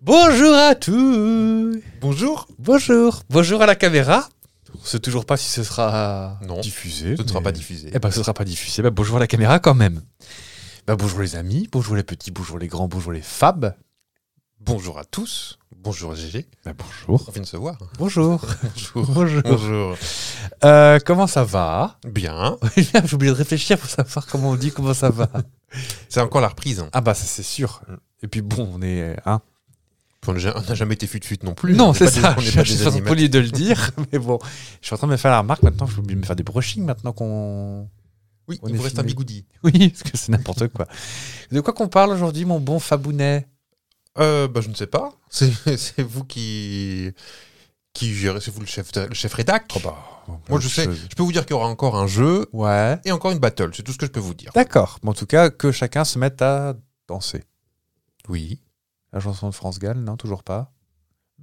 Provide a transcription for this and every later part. Bonjour à tous Bonjour. Bonjour Bonjour à la caméra On sait toujours pas si ce sera Non, diffusé. ce ne sera mais- pas diffusé. Eh ben, ce sera pas diffusé. Ben, bonjour à la caméra quand même Ben, Bonjour les amis, bonjour les petits, bonjour les grands, bonjour les fabs Bonjour à tous. Bonjour Gégé. Ben, Bonjour On vient de se voir. Bonjour Bonjour. Bonjour Bonjour. Euh, Comment ça va Bien. J'ai oublié de réfléchir pour savoir comment on dit comment ça va. C'est encore la reprise. hein. Ah bah ça c'est sûr. Et puis bon, on est... Hein On n'a on n'a jamais été fut-fut non plus. non, On n'est c'est pas des- ça, on je n'est je pas suis des façon animateurs. poli de le dire, mais bon, je suis en train de me faire la remarque maintenant, je suis obligé de me faire des brushings maintenant qu'on... Oui, On il est vous reste un filmé. bigoudi. Oui, parce que c'est n'importe quoi. De quoi qu'on parle aujourd'hui, mon bon Fabounet Euh, bah, je ne sais pas. C'est c'est vous qui qui gérez. C'est vous le chef, de- le chef rédac. Oh bah, Moi, je sais. Je peux vous dire qu'il y aura encore un jeu Ouais. et encore une battle. C'est tout ce que je peux vous dire. D'accord. Mais en tout cas, que chacun se mette à danser. Oui. La chanson de France Gall, non, toujours pas.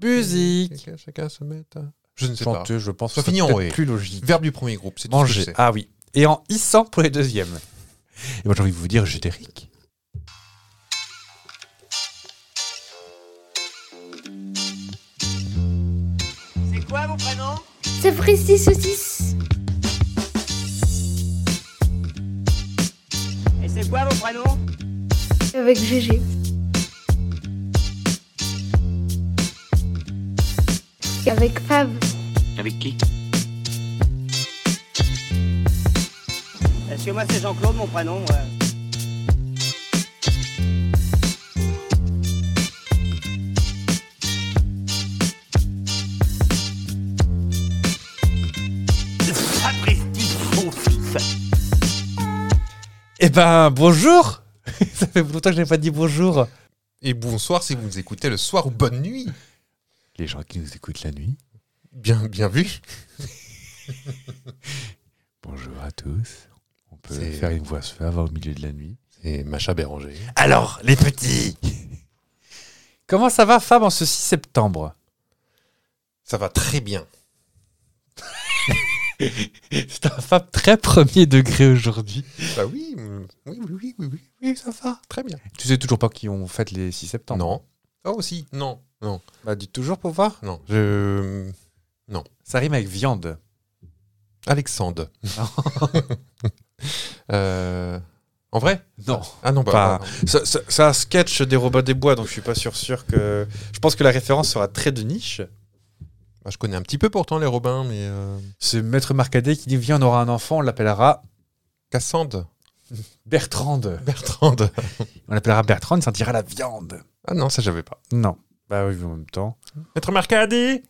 Musique Chacun, chacun se met. à- Je ne sais pas. Chanter, je pense, Ça c'est finit en peut-être E. plus logique. Verbe du premier groupe. C'est tout ce que je Manger. sais. Ah oui. Et en hissant pour les deuxièmes. Et moi, j'ai envie de vous dire générique. C'est quoi vos prénoms C'est Fristy Saucisse. Et c'est quoi vos prénoms Avec GG. Avec Fab. Avec qui Parce que moi c'est Jean-Claude mon prénom. ouais. Eh ben, bonjour Ça fait longtemps que je n'ai pas dit bonjour. Et bonsoir si vous nous écoutez le soir ou bonne nuit. Les gens qui nous écoutent la nuit, Bien, bien vu. bonjour à tous. On peut C'est- faire une voix suave au milieu de la nuit. Et Macha Béranger. Alors, les petits Comment ça va, Fab, en ce 6 septembre Ça va très bien. C'est un Fab très premier degré aujourd'hui. Bah oui, mm, oui, oui, oui, oui, oui, oui, ça va très bien. Tu sais toujours pas qui on fête les 6 septembre Non. Oh aussi, non, non, Bah, dis toujours pour voir. non. Je euh, Ça rime avec viande. Alexandre. Euh, En vrai Non. Ah non, bah, Pas- bah, Ça, ça- c'est un sketch des Robins des Bois, donc je suis pas sûr, sûr que. Je pense que la référence sera très de niche. bah, je connais un petit peu pourtant les Robins, mais euh, C'est Maître Marcadet qui dit Viens, on aura un enfant, on l'appellera Cassandre, Bertrande. Bertrande. On l'appellera Bertrande, ça dira la viande. Ah non, ça j'avais pas. Non. Bah oui, mais en même temps. Maître Mercadé.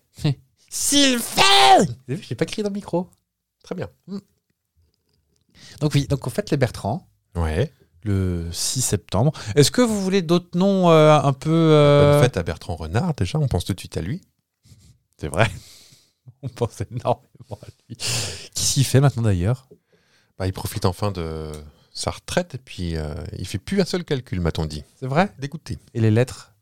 Sylvain Vous avez vu, j'ai pas crié dans le micro. Très bien. Donc oui, donc on fête les Bertrands Ouais. le 6 septembre. Est-ce que vous voulez d'autres noms euh, un peu... euh, Bonne fête à Bertrand Renard déjà. On pense tout de suite à lui. C'est vrai. On pense énormément à lui. Qui s'y fait maintenant d'ailleurs Bah, il profite enfin de sa retraite et puis euh, il fait plus un seul calcul, m'a-t-on dit. C'est vrai Dégoûté. Et les lettres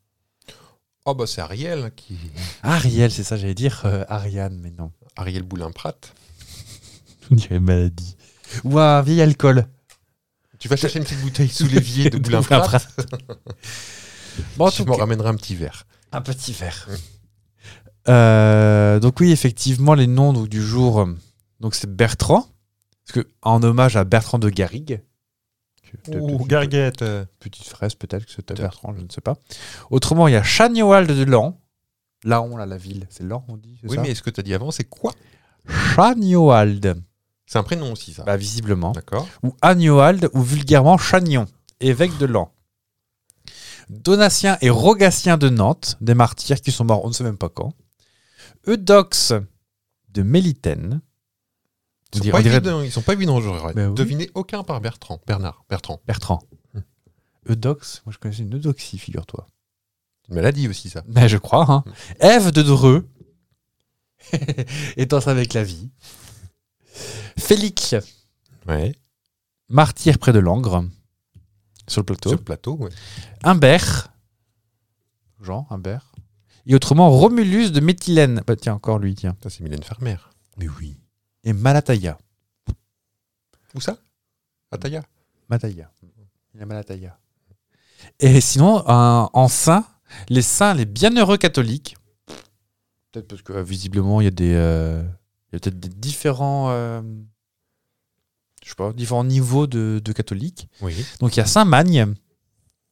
Oh bah c'est Ariel qui. Ariel, c'est ça, j'allais dire euh, Ariane, mais non. Ariel Boulin-Pratt. On dirait maladie. Ou un vieil alcool. Tu vas chercher une petite bouteille sous l'évier de Boulin-Pratt. Boulin-Prat. bon, en tu tout m'en cas, ramèneras un petit verre. un petit verre. Euh, donc oui, effectivement, les noms donc, du jour, euh, donc c'est Bertrand, parce que, en hommage à Bertrand de Garrigue. De- de- de- Garguette. petite fraise peut-être que c'était Peut-être. Bertrand, je ne sais pas. Autrement, il y a Chagnoal de Laon. Laon, là, la ville. C'est Laon, on dit, c'est Oui, ça mais ce que tu as dit avant, c'est quoi Chagnoald, C'est un prénom aussi, ça. bah, visiblement. D'accord. Ou Agnoald, ou vulgairement Chagnon, évêque de Laon. Donatien et Rogatien de Nantes, des martyrs qui sont morts, on ne sait même pas quand. Eudox de Mélitaine. Ils On sont, dirait- pas on dirait- évidents, ils sont pas évidents, j'aurais Bah oui. deviné aucun par Bertrand. Bernard, Bertrand. Bertrand. Hmm. Eudox, moi je connaissais une Eudoxie, figure-toi. Une maladie aussi, ça. Ben, je crois. Hein. Ève de Dreux. Et danse avec la vie. Félix, Ouais. martyr près de Langres, sur le plateau. Sur le plateau, ouais. Humbert. Jean, Humbert. Et autrement, Romulus de Méthylène. Bah, tiens, encore lui, tiens. Ça, c'est Mylène Farmer. Mais oui. Et Malataya. Où ça Ataya. Mataya. Il a Malataya. Et sinon, un, en saint, Les saints, les bienheureux catholiques. Peut-être parce que euh, visiblement, il y a des. euh, il y a peut-être des différents. euh, je sais pas, différents niveaux de, de catholiques. Oui. Donc il y a Saint-Magne.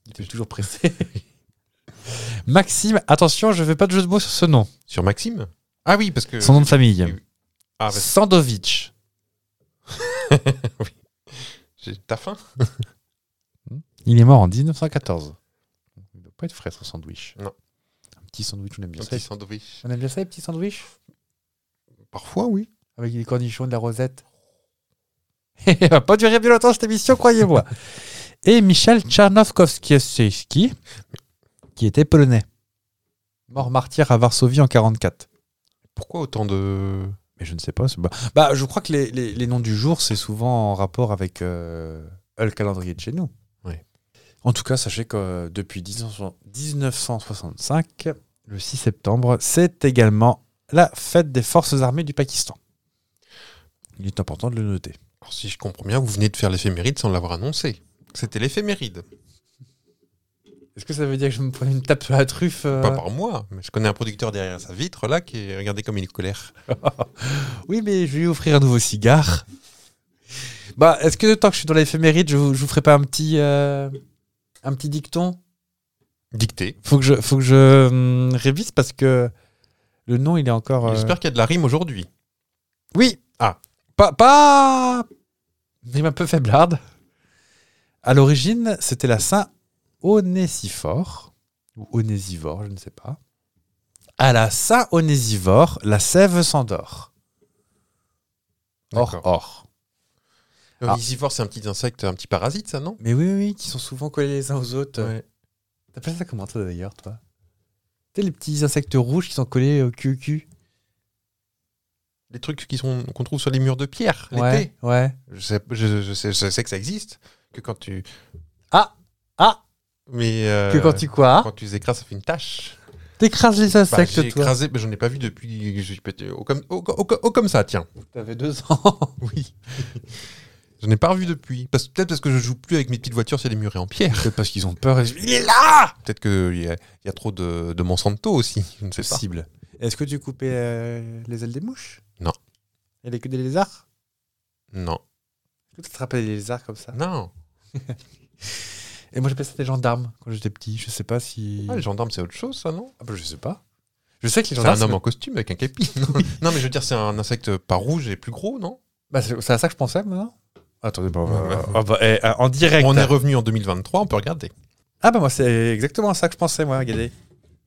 Il est toujours pressé. Maxime, attention, je ne fais pas de jeu de mots sur ce nom. Sur Maxime Ah oui, parce que. Son nom de famille. oui, oui. Ah, bah, Sandovic. j'ai- t'as faim Il est mort en 1914. Il ne doit pas être frais, son sandwich. Non. Un petit sandwich, on aime bien Un ça. petit sandwich. On aime bien ça, les petits sandwichs Parfois, oui. Avec des cornichons, de la rosette. Elle va pas durer bien longtemps cette émission, croyez-moi. Et Michel Tcharnovkovski, qui était polonais. Mort martyr à Varsovie en 44. Pourquoi autant de. Mais je ne sais pas. c'est pas- Bah, je crois que les, les- les noms du jour, c'est souvent en rapport avec euh, le calendrier de chez nous. Oui. En tout cas, sachez que euh, depuis 1960 1965, le 6 septembre, c'est également la fête des forces armées du Pakistan. Il est important de le noter. Alors, si je comprends bien, vous venez de faire l'éphéméride sans l'avoir annoncé. C'était l'éphéméride. Est-ce que ça veut dire que je me prends une tape sur la truffe euh Pas par moi, mais je connais un producteur derrière sa vitre, là, qui est. Regardez comme il est colère. Oui, mais je vais lui offrir un nouveau cigare. Bah, est-ce que tant que je suis dans l'éphéméride, je vous, je vous ferai pas un petit, euh, un petit dicton Dicté. Faut que je, faut que je hum, révise parce que le nom, il est encore. euh, J'espère qu'il y a de la rime aujourd'hui. Oui. Ah. Pas, pas. Rime un peu faiblarde. À l'origine, c'était la Saint Onésiphore ou Onésivore, je ne sais pas. À la Saint Onésivore, la sève s'endort. Or, D'accord. or. Le Ah. Lysivore, c'est un petit insecte, un petit parasite, ça, non Euh, Mais oui, oui, oui, qui sont souvent collés les uns aux autres. Ouais. T'appelles ça comment toi d'ailleurs, toi Tu sais, les petits insectes rouges qui sont collés au cul. au cul Les trucs qui sont qu'on trouve sur les murs de pierre l'été. Ouais, ouais. Je sais, je, je sais, je sais que ça existe. Que quand tu. Ah Ah Mais. euh, Que quand tu quoi Quand tu les écrases, ça fait une tache. T'écrases les Bah, insectes, j'ai toi. écrasé, mais j'en ai pas vu depuis. je suis pété- Au comme, au- au- au comme ça, tiens. T'avais deux ans. Oui. j'en ai pas revu depuis. Parce- Peut-être parce que je joue plus avec mes petites voitures sur les murets en pierre. Peut-être parce qu'ils ont peur. Il est là Peut-être qu'il y, a- il y a trop de, de Monsanto aussi. Je ne sais pas. Possible. Est-ce que tu coupais euh, les ailes des mouches Non. Et les queues des lézards Non. Est-ce que tu te rappelles les lézards comme ça Non. Et moi j'appelais ça des gendarmes quand j'étais petit. Je sais pas si. Ah, les gendarmes, c'est autre chose, ça, non Ah, bah, je sais pas. Je sais que les C'est gendarmes. un homme en costume avec un képi. Non, Non, mais je veux dire, c'est un insecte pas rouge et plus gros, non Bah, c'est c'est à ça que je pensais maintenant. Attendez, bah, Ouais, bah, ouais. ah, bah, eh, ah, en direct. On est revenu en 2023, on peut regarder. Ah bah moi c'est exactement à ça que je pensais moi, regardez.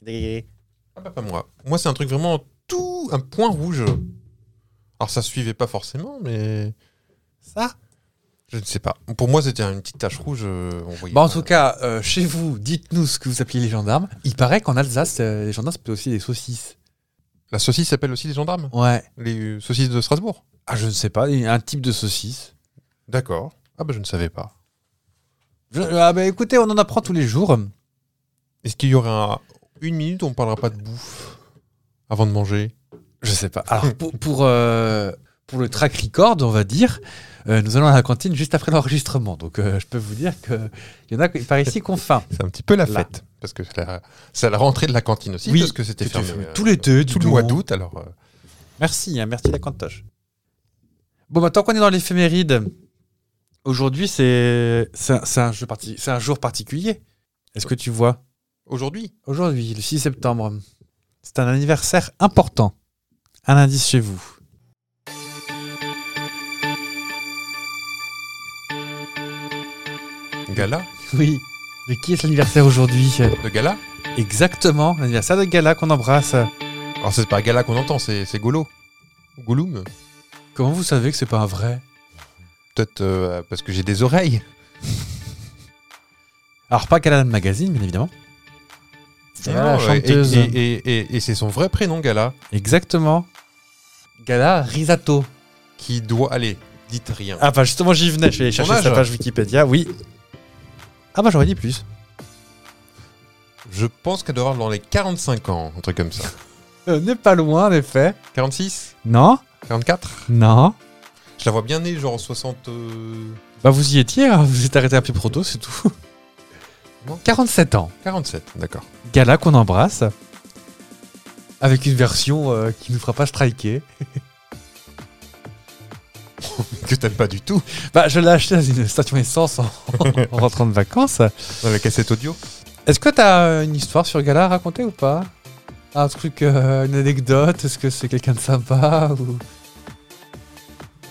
Regardez. Ah bah pas moi. Moi, c'est un truc vraiment tout, un point rouge. Alors, ça suivait pas forcément, mais Ça je ne sais pas. Pour moi, c'était une petite tache rouge. euh, On voyait Bah en pas. tout cas, euh, chez vous, dites-nous ce que vous appelez les gendarmes. Il paraît qu'en Alsace, euh, les gendarmes, c'est aussi des saucisses. La saucisse s'appelle aussi les gendarmes Ouais. Les euh, saucisses de Strasbourg Ah, je ne sais pas, un type de saucisse. D'accord. Ah bah je ne savais pas. Je- ah bah écoutez, on en apprend tous les jours. Est-ce qu'il y aurait un- une minute où on ne parlera pas de bouffe avant de manger Je sais pas. Alors pour, pour, euh, pour le track record, on va dire, euh, nous allons à la cantine juste après l'enregistrement. Donc euh, je peux vous dire qu'il y en a qui- par ici qu'on faim. C'est un petit peu la Là. fête. Parce que c'est la, c'est la rentrée de la cantine aussi, Oui, parce que c'était tout à fermé. fait. euh, Tout l'été, dis tout le mois donc. d'août, alors... euh, Merci, hein, merci la cantoche. Bon, bah, tant qu'on est dans l'éphéméride, aujourd'hui, c'est c'est un, c'est un jeu parti- c'est un jour particulier. Est-ce que tu vois Aujourd'hui Aujourd'hui, le 6 septembre, c'est un anniversaire important. Un indice chez vous. Gala Oui. De qui est l'anniversaire aujourd'hui De gala Exactement, l'anniversaire de Gala qu'on embrasse. Alors c'est pas gala qu'on entend, c'est, c'est Golo. Gollum Comment vous savez que c'est pas un vrai Peut-être euh, parce que j'ai des oreilles. Alors, pas Gala Magazine, bien évidemment. C'est Non, Ah, la euh, et- chanteuse. Et, et- et- et c'est son vrai prénom, Gala, Exactement. Gala Risato. qui doit... Allez, dites rien. Ah bah justement j'y venais, je vais aller chercher Tournage. sa page Wikipédia, oui. Ah bah j'aurais dit plus. Je pense qu'elle doit avoir dans les 45 ans, un truc comme ça. On Euh, n'est pas loin en effet. 46 Non 44 Non Je la vois bien née, genre en 60. euh, Bah vous y étiez, hein, vous êtes arrêté un peu trop tôt, c'est tout. Non. 47 ans. 47, d'accord. Gala qu'on embrasse. Avec une version euh, qui nous fera pas striker. Que t'aimes pas du tout Bah, je l'ai acheté dans une station essence en, en rentrant de vacances. dans la cassette audio. Est-ce que t'as euh, une histoire sur Gala à raconter ou pas Un truc, euh, une anecdote Est-ce que c'est quelqu'un de sympa ou...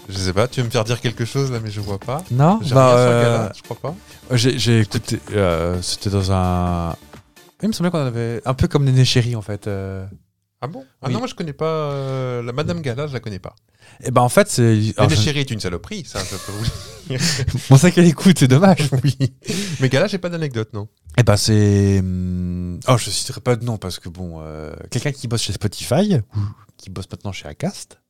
Je sais pas, tu veux me faire dire quelque chose là, mais je vois pas. Non J'ai Bah, rien sur euh, Gala, je crois pas. J'ai j'ai écouté. euh, C'était dans un. Il me semblait qu'on avait. Un peu comme Néné Chéri, en fait. euh. Ah bon Ah oui. non, moi je connais pas. euh, la Madame Gala, je la connais pas. Et ben, en fait, c'est. alors, Mais je- Chéri est une saloperie, ça, je peux vous le On sait qu'elle écoute, c'est dommage. dire. Oui. Mais Gala, j'ai pas d'anecdote, non Eh ben c'est. hum, Oh, je ne citerai pas de nom parce que bon, euh, quelqu'un qui bosse chez Spotify ou qui bosse maintenant chez Acast.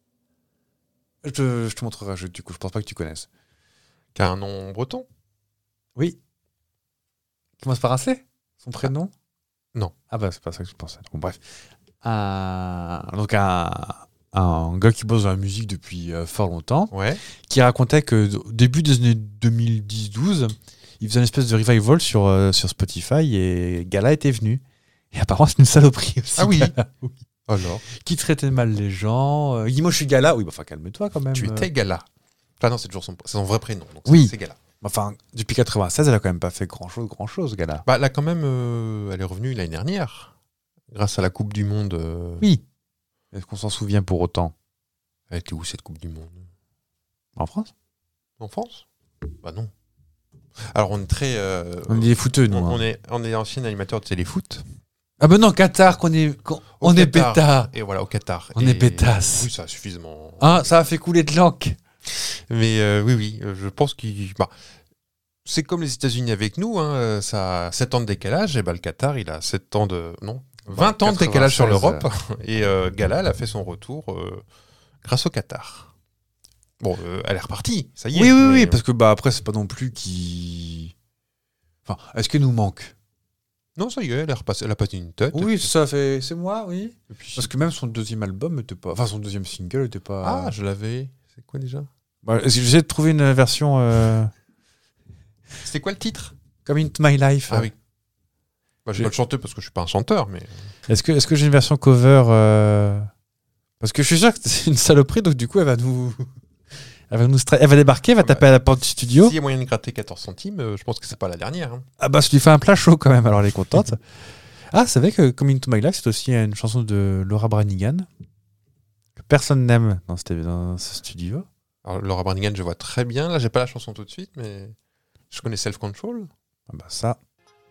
Je, te- je te montrerai. Je, du coup, je pense pas que tu connaisses. Qui a un nom breton Oui. Il Commence par un C. Son prénom. non. Ah bah c'est pas ça que je pensais. Bon bref. Un- donc un un gars qui bosse dans la musique depuis euh, fort longtemps. Ouais. qui racontait que au début des années 2010-12, il faisait une espèce de revival sur, euh, sur Spotify et Gala était venu. Et apparemment, c'est une saloperie aussi. Ah oui. Gala. Oui. Alors, Qui traitait mal les gens. euh, Guillemot, je suis Gala. Oui, bah, enfin, calme-toi quand même. tu euh. étais Gala. Enfin non, c'est toujours son, c'est son vrai prénom. donc Oui. C'est Gala. Enfin, depuis 96, elle a quand même pas fait grand-chose, grand-chose, Gala. Bah là, quand même, euh, elle est revenue l'année dernière. Grâce à la Coupe du Monde. euh, Oui. Est-ce qu'on s'en souvient pour autant Elle était où cette Coupe du Monde En France En France Bah non. Alors on est très. euh, On est des fouteux, nous. on- hein. on est, on est ancien animateur de téléfoot. Ah ben non, Qatar, qu'on est, qu'on- Au on est Qatar. pétard. Et voilà, au Qatar. On Et- est pétasse. Oui, ça suffisamment. Hein, ça a fait couler de l'encre. Mais euh, oui, oui, euh, je pense qu'il. bah, c'est comme les États-Unis avec nous, hein, euh, ça a 7 ans de décalage, et bah, le Qatar, il a 7 ans de. Non 20 ans de décalage sur 96, l'Europe, et euh, Gala, elle a fait son retour euh, grâce au Qatar. Bon, euh, elle est repartie, ça y est. Oui, oui, mais- oui, parce que bah après, c'est pas non plus qui. Enfin, est-ce qu'il nous manque euh, Non, ça y est, elle, est repassée- elle a passé une tête. Oui, ça fait. C'est moi, oui. et puis- Parce que même son deuxième album était pas. Enfin, son deuxième single était pas. Ah, je l'avais. C'est quoi déjà Bah, est-ce que J'essaie de trouver une version. euh, C'était quoi le titre Comme Into My Life. Ah oui. Bah, je vais J'ai- pas le chanter parce que je suis pas un chanteur, mais. Est-ce que, est-ce que j'ai une version cover euh, Parce que je suis sûr que c'est une saloperie, donc du coup, elle va nous. Elle va, nous stra- elle va débarquer, elle va Ah bah, taper à la porte du studio. S'il y a moyen de gratter 14 centimes, euh, je pense que c'est pas la dernière. hein. Ah bah, ça lui fait un plat chaud quand même, alors elle est contente. ah, c'est vrai que Coming to My Life, c'est aussi une chanson de Laura Branigan, que personne n'aime dans, cette- dans ce studio. Alors, Laura Branigan, je vois très bien. Là, j'ai pas la chanson tout de suite, mais je connais Self Control. Ah bah ça.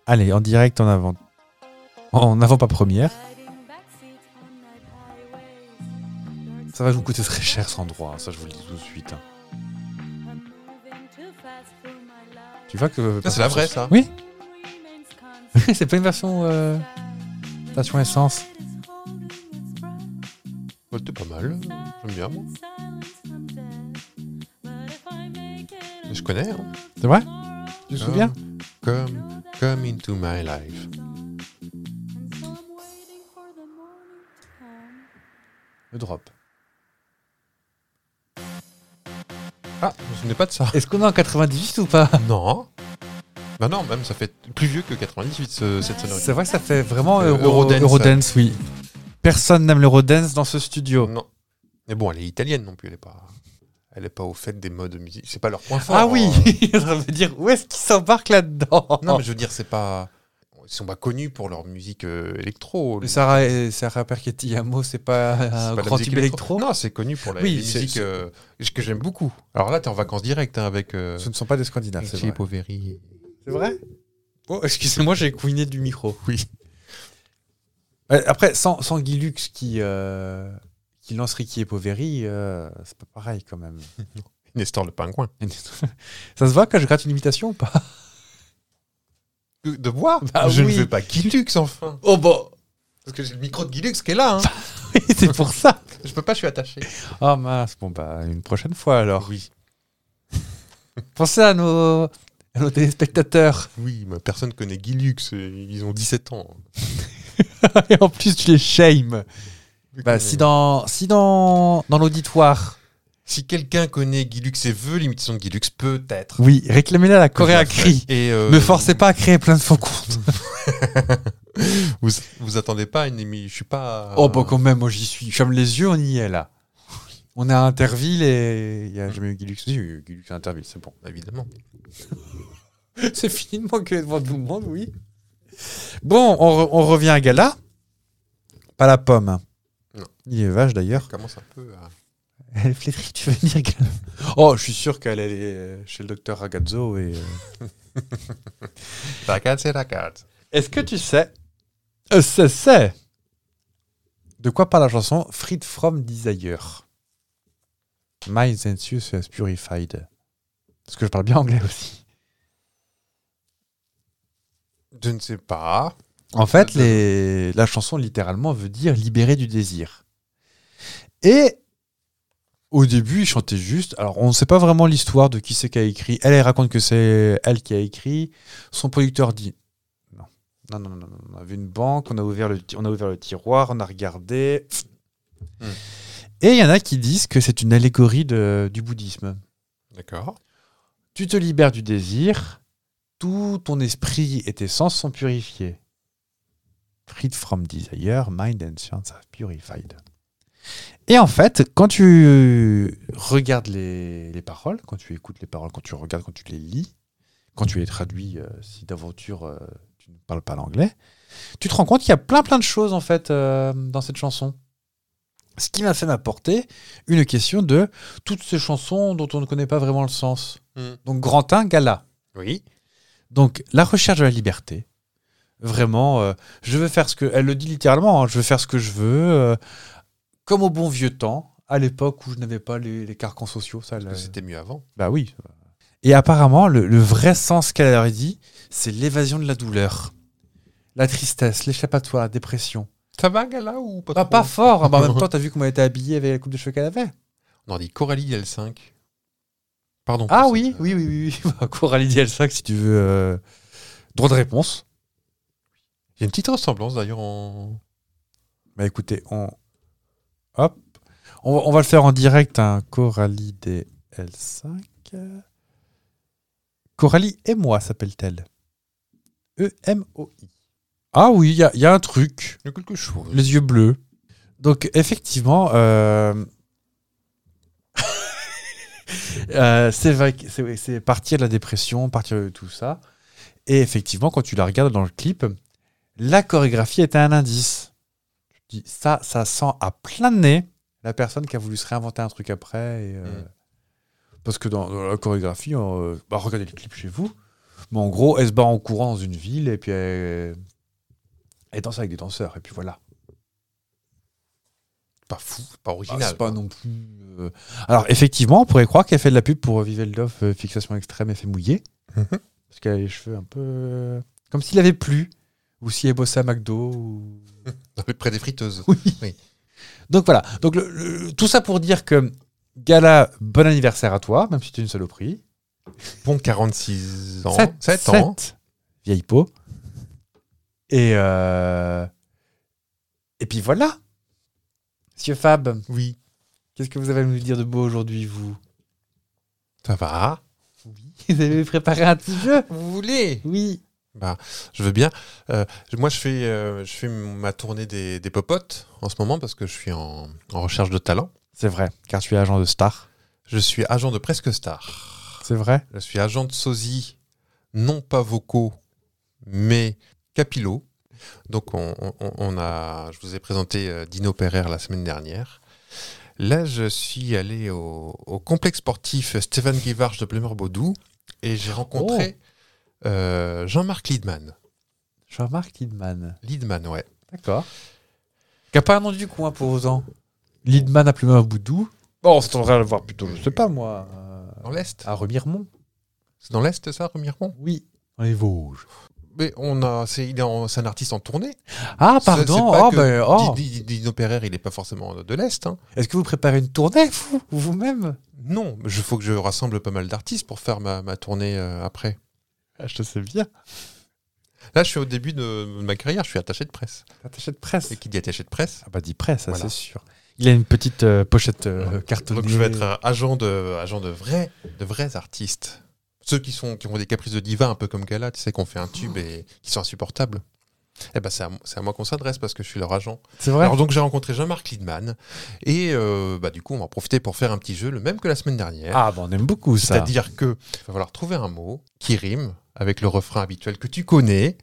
Allez, en direct, en avant. En avant pas première. Ça va vous coûter très cher cet endroit, hein, ça je vous le dis tout de suite. hein. Tu vois que... Ça, c'est la vraie, ça. Oui C'est pas une version euh, station essence. Ouais, C'était Bah, pas mal. J'aime bien, moi. Mais Je connais. hein. C'est vrai Tu te Ah. souviens Come, come into my life. Le drop. Ah, je me souvenais pas de ça. Est-ce qu'on est en 98 ou pas non. Bah non, même ça fait plus vieux que 98 ce- cette sonorité. C'est vrai que ça fait vraiment Euh, Euro- Eurodance. Eurodance. oui. Personne n'aime l'Eurodance dans ce studio. Non. Mais bon, elle est italienne non plus. Elle est pas. Elle est pas au fait des modes de musique. C'est pas leur point fort. Ah oui hein. Ça veut dire où est-ce qu'ils s'embarquent là-dedans Non, mais je veux dire, c'est pas. Ils sont pas connus pour leur musique euh, électro. Le Sarah, et- Sarah Perchetti Amo, c'est pas C'est un pas de la grand musique type électro Non, c'est connu pour la Oui, les c'est- musiques c'est- euh, que j'aime beaucoup. Alors là, t'es en vacances directes hein, avec euh, Ce ne sont pas des Scandinaves, c'est Luigi vrai. Poveri. C'est vrai Oh, excusez-moi, j'ai couiné du micro. Oui. Euh, Après, sans, sans Guy Lux qui, euh, qui lance Ricky et Poveri, euh, c'est pas pareil quand même. Nestor le pingouin. Ça se voit quand je gratte une imitation ou pas Euh, De boire Bah Je oui. ne veux pas Guilux, enfin. Oh bah Parce que j'ai le micro de Guilux qui est là. Hein. C'est pour ça je peux pas, je suis attaché. Ah mince, bon bah une prochaine fois alors. Oui. Pensez à nos, à nos téléspectateurs. Oui, mais personne connaît Guilux. euh, Ils ont 17 ans. Et en Bah, plus tu les shames. Bah si dans, si dans, dans l'auditoire, Si quelqu'un connaît Guilux et veut l'imitation de Guilux, peut-être. Oui, réclamez-la à la que je Corée la à cri. ferai. Et euh, Ne forcez pas à créer plein de faux comptes. Vous, vous attendez pas à une émission. Je suis pas. Oh, bah quand même, moi j'y suis. Ferme les yeux, on y est là. On est à Interville et il n'y a jamais eu Guilux. Si, il y a eu Guilux à Interville, c'est bon. Évidemment. C'est fini de manquer devant tout le monde, oui. Bon, on, re- on revient à Gala. Pas la pomme. hein. Non. Il est vache d'ailleurs. On commence un peu à. Elle flétrie, tu veux dire Gala Oh, je suis sûr qu'elle elle est euh, chez le docteur Ragazzo et. euh, Ragazze, ragazze. Est-ce que tu sais euh, C'est, c'est De quoi parle la chanson Freed from Desire My senses is purified. Parce que je parle bien anglais aussi. Je ne sais pas. En fait, les- la chanson littéralement veut dire libéré du désir. Et au début, il chantait juste. Alors, on ne sait pas vraiment l'histoire de qui c'est qui a écrit. Elle, elle raconte que c'est elle qui a écrit. Son producteur dit non. Non, non, non, non, non. On a vu une banque, on a ouvert le, ti- on a ouvert le tiroir, on a regardé. Hmm. Et il y en a qui disent que c'est une allégorie de- du bouddhisme. D'accord. Tu te libères du désir, tout ton esprit et tes sens sont purifiés. Freed from desire, mind and sense are purified. Et en fait, quand tu regardes les, les paroles, quand tu écoutes les paroles, quand tu regardes, quand tu les lis, quand tu les traduis, euh, si d'aventure euh, tu ne parles pas l'anglais, tu te rends compte qu'il y a plein plein de choses en fait euh, dans cette chanson. Ce qui m'a fait m'apporter une question de toutes ces chansons dont on ne connaît pas vraiment le sens. Donc grand 1, gala. Oui. Donc la recherche de la liberté. Vraiment, euh, je veux faire ce que... Elle le dit littéralement, hein, je veux faire ce que je veux, euh, comme au bon vieux temps, à l'époque où je n'avais pas les, les carcans sociaux. Ça, Parce le- que C'était mieux avant. Bah oui. Et apparemment, le, le vrai sens qu'elle leur dit, c'est l'évasion de la douleur. La tristesse, l'échappatoire, la dépression. Ça va, Gala, ou pas Bah, trop pas fort, hein, bah, en même temps, t'as vu comment elle était habillée avec la coupe de cheveux qu'elle avait On dit Coralie L5. Pardon. Ah pour oui, cette- euh, oui, oui, oui, oui. Bah, Coralie DL5, si tu veux. euh, Droit de réponse. Il y a une petite ressemblance d'ailleurs en. Bah écoutez, on. Hop. On va, on va le faire en direct, hein. Coralie DL5. Coralie et moi s'appelle-t-elle. E E-M-O-I. Ah oui, il y, a- il y a un truc. Il y a quelque chose. Les yeux bleus. Donc, effectivement, euh, euh, c'est vrai que c'est- c'est partir de la dépression, partir de tout ça. Et effectivement, quand tu la regardes dans le clip, la chorégraphie était un indice. Tu te dis, ça, ça sent à plein nez la personne qui a voulu se réinventer un truc après. et, euh, Mm. Parce que dans, dans la chorégraphie, euh, bah, regardez le clip chez vous. Mais en gros, elle se barre en courant dans une ville et puis elle, elle danse avec des danseurs. Et puis voilà. Pas fou, Ah, pas Bah, original. c'est pas non plus. euh, Alors, effectivement, on pourrait croire qu'elle fait de la pub pour Viveldov, euh, fixation extrême, effet mouillé. Mhm. Parce qu'elle a les cheveux un peu. euh, Comme s'il avait plu. Ou si elle bossait à McDo. ou- Près des friteuses. Oui. Oui. Donc voilà. Donc le- le- tout ça pour dire que, Gala, bon anniversaire à toi, même si tu es une saloperie. Bon, 46 ans. Sept- 7 sept, ans. Vieille peau. Et. euh, Et puis voilà. Monsieur Fab, Oui. qu'est-ce que vous avez à nous dire de beau aujourd'hui, vous Ça va. Vous avez préparé un petit jeu Vous voulez Oui. Bah, je veux bien. Euh, je- moi, je fais, euh, je fais ma tournée des, des popotes en ce moment parce que je suis en, en recherche de talent. C'est vrai, car tu es agent de star. Je suis agent de presque star. C'est vrai Je suis agent de sosie, non pas vocaux, mais capillo. Donc, on, on- on a, je vous ai présenté euh, Dino Perrer la semaine dernière. Là, je suis allé au, au complexe sportif Stéphane Guivarch de Plumeur-Baudou et j'ai rencontré euh, Jean-Marc Liedman. Jean-Marc Lidman. Liedman, ouais. D'accord. Qui a pas un nom du coin pour autant. Lidman à plume à boudou. Bon, on s'attendrait à le voir plutôt, je sais pas moi, euh, Dans l'Est à Remiremont. C'est dans l'Est, ça, Remiremont Oui. Dans les Vosges. Mais on a, c'est, il est en- c'est un artiste en tournée. Ah, Ça, pardon. c'est pas oh, que ben, oh. Di- Di- Dino Perrer, il n'est pas forcément de l'Est. hein. Est-ce que vous préparez une tournée, vous, vous-même Non, il faut que je rassemble pas mal d'artistes pour faire ma, ma tournée euh, après. Ah, Je te sais bien. Là, je suis au début de, de ma carrière, je suis attaché de presse. Attaché de presse. Et qui dit attaché de presse Ah bah, dit presse, ça Voilà. c'est sûr. Il a une petite euh, pochette euh, cartonnée. Donc je vais être un agent de, agent de vrais, de vrais artistes. Ceux qui, sont, qui ont des caprices de diva, un peu comme Gala, tu sais, qu'on fait un tube et qui sont insupportables. Eh ben, c'est à, c'est à moi qu'on s'adresse parce que je suis leur agent. C'est vrai Alors donc j'ai rencontré Jean-Marc Liedman et euh, bah, du coup on va en profiter pour faire un petit jeu, le même que la semaine dernière. Ah, bah, on aime beaucoup ça. C'est-à-dire que il va falloir trouver un mot qui rime avec le refrain habituel que tu connais.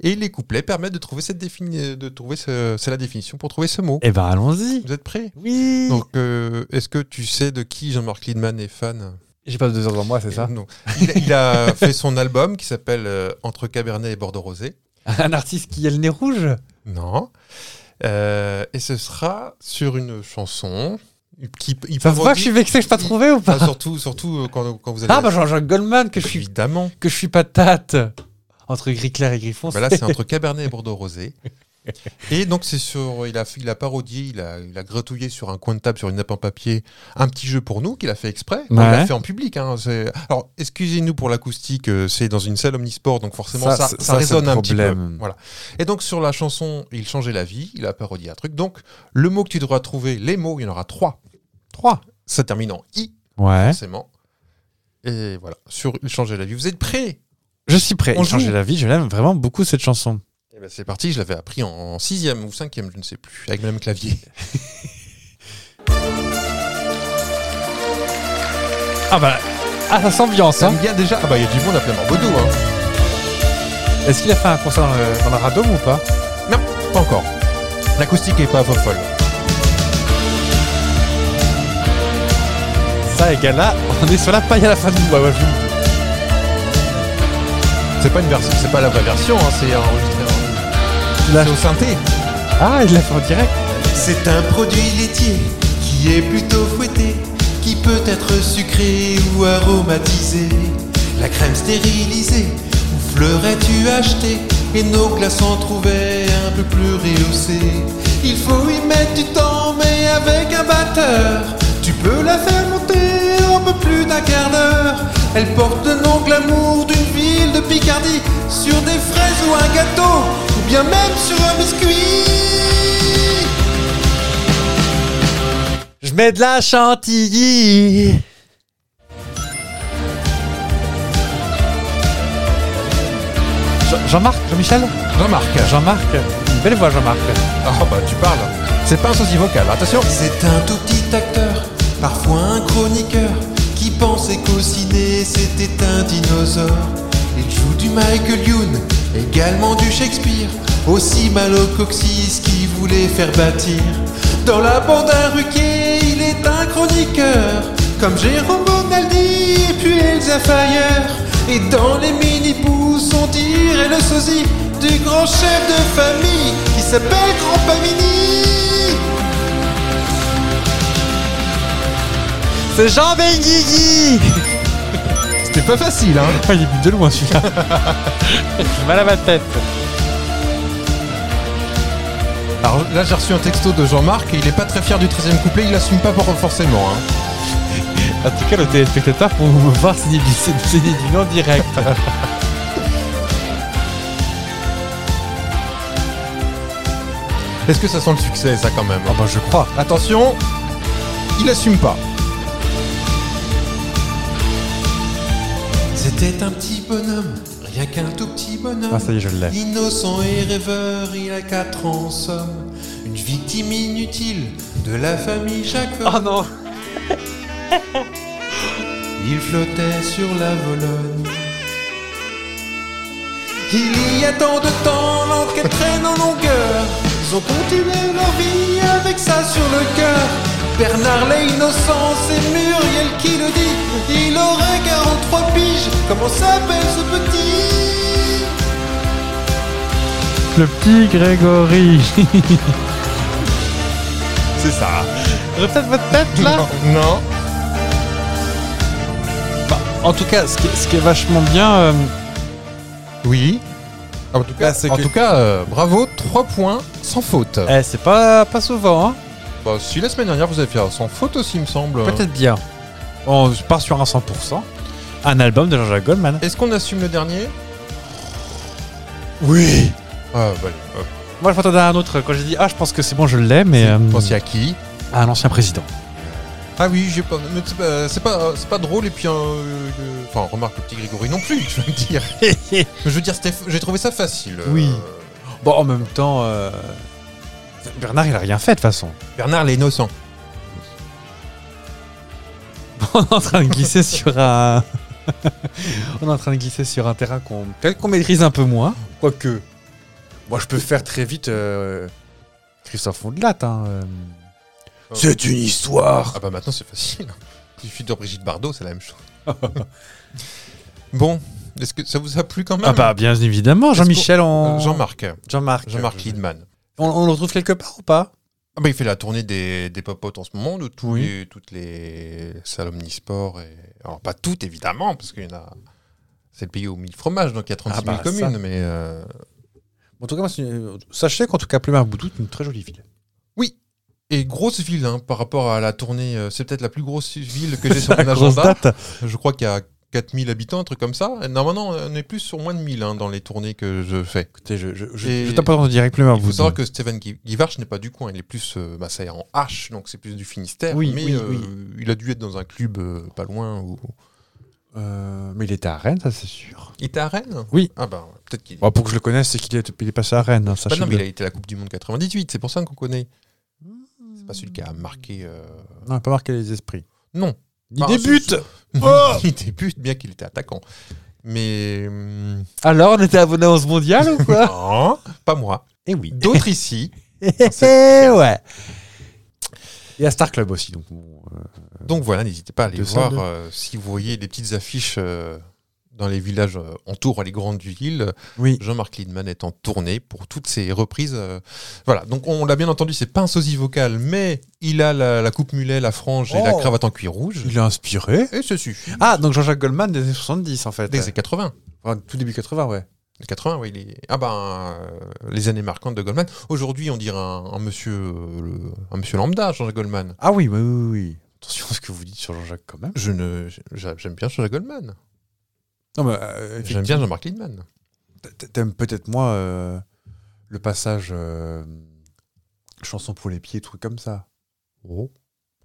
Et les couplets permettent de trouver cette défini- de trouver ce- c'est la définition pour trouver ce mot. Eh ben, allons-y. Vous êtes prêts Oui Donc, euh, est-ce que tu sais de qui Jean-Marc Liedman est fan J'ai pas deux heures devant moi, c'est ça Non. Il, a- il a fait son album qui s'appelle euh, Entre Cabernet et Bordeaux Rosé. Un artiste qui a le nez rouge Non. Euh, et ce sera sur une chanson qui il Ça se voit que je parodie- suis vexé que je pas il- trouvé ou pas Enfin, surtout, surtout euh, quand, quand vous allez. Ah, bah Jean-Jacques Goldman, que je suis, évidemment. que je suis patate Entre gris clair et griffon, Bah là, c'est entre Cabernet et Bordeaux Rosé. Et donc, c'est sur. Il a, fait- il a parodié, il a, il a gratouillé sur un coin de table, sur une nappe en papier, un petit jeu pour nous qu'il a fait exprès. Il l'a Ouais. fait en public. hein, c'est- Alors, excusez-nous pour l'acoustique, euh, c'est dans une salle omnisport, donc forcément, Ça, ça, c'est- ça ça, c'est résonne le un petit peu. problème. Voilà. Et donc, sur la chanson Il changeait la vie, il a parodié un truc. Donc, le mot que tu devras trouver, les mots, il y en aura trois. Trois. Ça termine en I, Ouais. forcément. Et voilà, sur Il changeait la vie. Vous êtes prêts Je suis prêt. On Il changeait joue. la vie, je l'aime vraiment beaucoup cette chanson. Eh ben, c'est parti, je l'avais appris en- en sixième ou cinquième, je ne sais plus, avec Madame Clavier. Ah bah, ah, ça s'ambiance, hein J'aime bien déjà. Ah bah il y a du monde à plein Bordeaux, hein. Est-ce qu'il a fait un concert dans le, dans le Radome ou pas Non, pas encore. L'acoustique est pas folle. Ça, et Gala, on est sur la paille à la fin du mois, ouais, je vous le dis. C'est pas une version, c'est pas la vraie version, hein, c'est enregistré. en- Il l'a- C'est au synthé. Ah, il l'a fait en direct C'est un produit laitier qui est plutôt fouetté, qui peut être sucré ou aromatisé. La crème stérilisée ou fleurais-tu acheté et nos glaces en trouvaient un peu plus rehaussées. Il faut y mettre du temps, mais avec un batteur, tu peux la faire monter en peu plus d'un quart d'heure. Elle porte le nom glamour d'une ville de Picardie sur des fraises ou un gâteau, ou bien même sur un biscuit. Je mets de la chantilly Jean- Jean-Marc Jean-Michel Jean-Marc. Jean-Marc Une belle voix, Jean-Marc. Ah bah tu parles. C'est pas un sosie vocal, attention. C'est un tout petit acteur, parfois un chroniqueur, qui pensait qu'au ciné c'était un dinosaure. Il joue du Michael Youn, également du Shakespeare, aussi mal au coccyx qu'il voulait faire bâtir. Dans la bande à Ruquier, il est un chroniqueur, comme Jérôme Bonaldi et puis Elsa Fayer. Et dans les mini-bous, on dirait le sosie du grand chef de famille qui s'appelle Grand Pamini. C'est Jean Benguigui C'était pas facile, hein. Ah, Il est plus de loin, celui-là J'ai mal à ma tête Alors là j'ai reçu un texto de Jean-Marc et il est pas très fier du 13 e couplet, il l'assume pas pour- forcément. Hein. En tout cas, le téléspectateur pour vous voir signer du, signer du nom direct. Est-ce que ça sent le succès ça quand même Ah bah, je crois. Attention, il assume pas. C'était un petit bonhomme, rien qu'un tout petit bonhomme. Ah, ça y est, je l'ai. Innocent et rêveur, il a 4 ans en somme. Une victime inutile de la famille Jacques. Oh non Il flottait sur la Vologne. Il y a tant de temps, l'enquête traîne en longueur. Ils ont continué leur vie avec ça sur le cœur. Bernard l'innocent, c'est Muriel qui le dit. Il aurait 43 piges, comment s'appelle ce petit Le petit Grégory C'est ça. Refaites votre tête, là Non. Bah, En tout cas, ce qui, est- ce qui est vachement bien... euh, Oui. En tout cas, Bah, c'est en que- tout cas euh, bravo, 3 points sans faute. eh, c'est pas, pas souvent, hein Bah, si la semaine dernière vous avez fait un sans faute aussi, il me semble. Peut-être bien. On part sur un 100%. Un album de Jean-Jacques Goldman. Est-ce qu'on assume le dernier Oui Ah, bah, Moi, je m'attendais à un autre. Quand j'ai dit, ah, je pense que c'est bon, je l'ai, mais... allez, hop. euh, Pensez à qui à un ancien président. Ah oui, j'ai pas. mais c'est pas, c'est pas, c'est pas drôle et puis. hein, euh, le- Enfin, remarque le petit Grégory non plus, je veux me dire. Je veux dire, c'était- j'ai trouvé ça facile. euh, Oui. bon, en même temps, euh, Bernard, il a rien fait de toute façon. Bernard l'innocent. On est en train de glisser sur un. On est en train de glisser sur un terrain qu'on peut-être qu'on maîtrise un peu moins. Quoique. Moi, je peux faire très vite euh, Christophe Fondelat. Hein, euh. Oh. C'est une histoire Ah bah maintenant c'est facile. Il suffit de Brigitte Bardot, c'est la même chose. bon, est-ce que ça vous a plu quand même Ah, bah, bien évidemment, Jean-Michel en. Euh, Jean-Marc. Jean-Marc. Jean-Marc Lidman. On, on le retrouve quelque part ou pas Ah bah, il fait la tournée des, des popotes en ce moment, de tous Oui. les, toutes les salles omnisports. Et... Alors, pas toutes, évidemment, parce qu'il y en a. C'est le pays aux mille fromages, donc il y a 36 Ah bah, 000 communes, mais. euh, En tout cas, moi, c'est une- euh, sachez qu'en tout cas, Plumarboudou, c'est une très jolie ville. Oui! Et grosse ville hein, par rapport à la tournée. euh, c'est peut-être la plus grosse ville que j'ai sur La mon grosse agenda. date. Je crois qu'il y a 4000 habitants, un truc comme ça. Et Normalement, on est plus sur moins de 1000 hein, dans les tournées que je fais. Écoutez, je, je, je, Et- je tape en direct Il faut Plumarboudou. savoir que Stéphane Gui- Guivarch n'est pas du coin, il est plus, euh, bah, ça est en H, donc c'est plus du Finistère. Oui, mais oui, euh, oui. il a dû être dans un club euh, pas loin. Où... Euh, mais il était à Rennes, ça c'est sûr. Il était à Rennes Oui. Ah bah ouais, peut-être qu'il. Bon, pour que je le connaisse, c'est qu'il est, il est passé à Rennes. hein, Bah non, sachez-le. mais il a été à la Coupe du Monde 98, c'est pour ça qu'on connaît. C'est pas celui qui a marqué. euh, Non, il a pas marqué les esprits. Non. Il Enfin, débute ce- ce- Oh il débute, bien qu'il était attaquant. Mais. hum, Alors, on était abonné à 11 mondial ou quoi non, pas moi. Eh oui. D'autres ici. Eh ouais. Et à Star Club aussi, donc. bon, euh, Donc voilà, n'hésitez pas à aller De voir Sable. euh, si vous voyez des petites affiches euh, dans les villages euh, entourant les grandes villes. Oui. Jean-Marc Lindman est en tournée pour toutes ces reprises. euh, voilà, donc on l'a bien entendu, c'est pas un sosie vocal, mais il a la, la coupe mulet, la frange et Oh. la cravate en cuir rouge. Il est inspiré. Et ce suffit. Ah, donc Jean-Jacques Goldman des années 70 en fait. Dès que c'est 80. Enfin, tout début 80, ouais. Les 80, oui. Les... Ah ben, euh, les années marquantes de Goldman. Aujourd'hui, on dirait un, un monsieur, euh, le- un monsieur lambda, Jean-Jacques Goldman. Ah oui, oui, oui, oui. Attention à ce que vous dites sur Jean-Jacques quand même. Je ne, j'a- j'aime bien Jean-Jacques Goldman. Non, mais euh, J'aime bien Jean-Marc Lindman. T- T'aimes peut-être moins euh, le passage euh, chanson pour les pieds, trucs comme ça. Oh.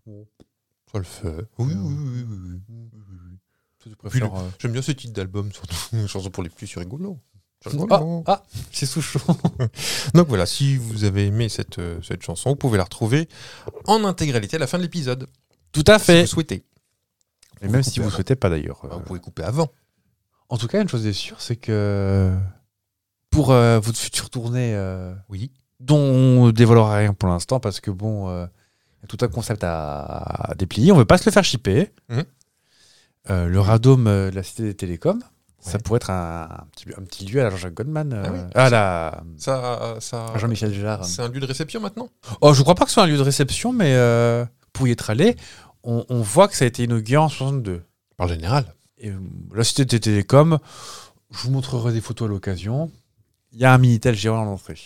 Ça le fait. Oui, oui, oui, oui, oui. Toi, tu Puis le- préfères, euh, J'aime bien ce titre d'album, surtout. Chanson pour les plus sur rigolo. C'est Ah, rigolo. ah, c'est Souchon. Donc voilà, si vous avez aimé cette, euh, cette chanson, vous pouvez la retrouver en intégralité à la fin de l'épisode, Tout à si vous fait. souhaitez. Et même si vous souhaitez pas d'ailleurs. Bah, euh, Vous pouvez couper avant. En tout cas, une chose est sûre, c'est que pour euh, votre future tournée, euh, Oui. dont on ne dévoilera rien pour l'instant, parce que bon, euh, y a tout un concept à, à déplier, on ne veut pas se le faire chipper. Mhm. Euh, le radome euh, de la Cité des Télécoms, ça Ouais. pourrait être un, un petit, un petit lieu à la Jean-Jacques Goldman. euh, Ah oui. à la Ça, ça, à Jean-Michel Jarre. c'est un lieu de réception maintenant Oh, je crois pas que ce soit un lieu de réception, mais euh, pour y être allé, on, on voit que ça a été inauguré en 62. Par général. Et, euh, la Cité des Télécoms, je vous montrerai des photos à l'occasion. Il y a un Minitel géant à l'entrée.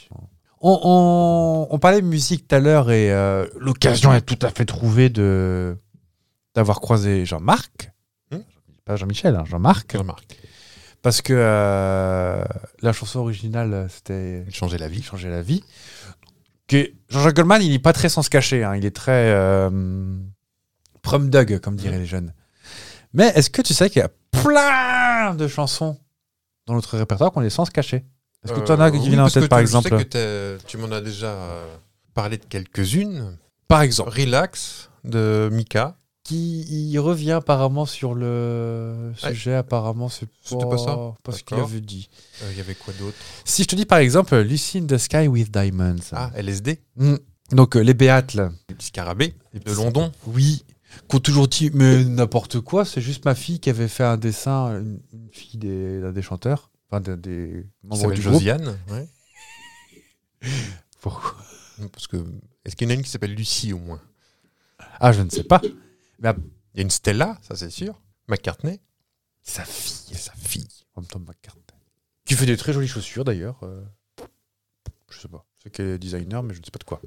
On, on- on parlait de musique tout à l'heure et euh, l'occasion est tout à fait trouvée de d'avoir croisé Jean-Marc. Hum. Pas Jean-Michel, hein, Jean-Marc. Remarque. Parce que euh, la chanson originale, c'était Il changeait la vie. Changer la vie. Que Jean-Jacques Goldman, il n'est pas très sans se cacher. hein. Il est très euh, prom dog, comme diraient Hmm. les jeunes. Mais est-ce que tu sais qu'il y a plein de chansons dans notre répertoire qu'on est sans se cacher Est-ce que tu en as Euh, qui oui, viennent en parce tête, que par tu- je sais exemple que t'as- tu m'en as déjà euh, parlé de quelques-unes. Par exemple, Relax de Mika. qui il revient apparemment sur le sujet, apparemment, c'est C'était pas ça Pas ce qu'il D'accord. avait dit. Euh, Il y avait quoi d'autre Si je te dis, par exemple, Lucy in the Sky with Diamonds. Ah, LSD. Mm. Donc, euh, les Béates, là. Les petits scarabées de London. Oui, qu'on toujours dit, mais n'importe quoi, c'est juste ma fille qui avait fait un dessin, une une fille des- d'un des, chanteurs, enfin d'un des Qui membres s'appelle du groupe. Josiane. ouais. Pourquoi Parce que est-ce qu'il y en a une qui s'appelle Lucie au moins Ah, je ne sais pas. Il y a une Stella, ça c'est sûr. McCartney. Sa fille, Et sa fille. en même temps, McCartney. Qui fait des très jolies chaussures d'ailleurs. euh, je sais pas, c'est quel designer, mais je ne sais pas de quoi.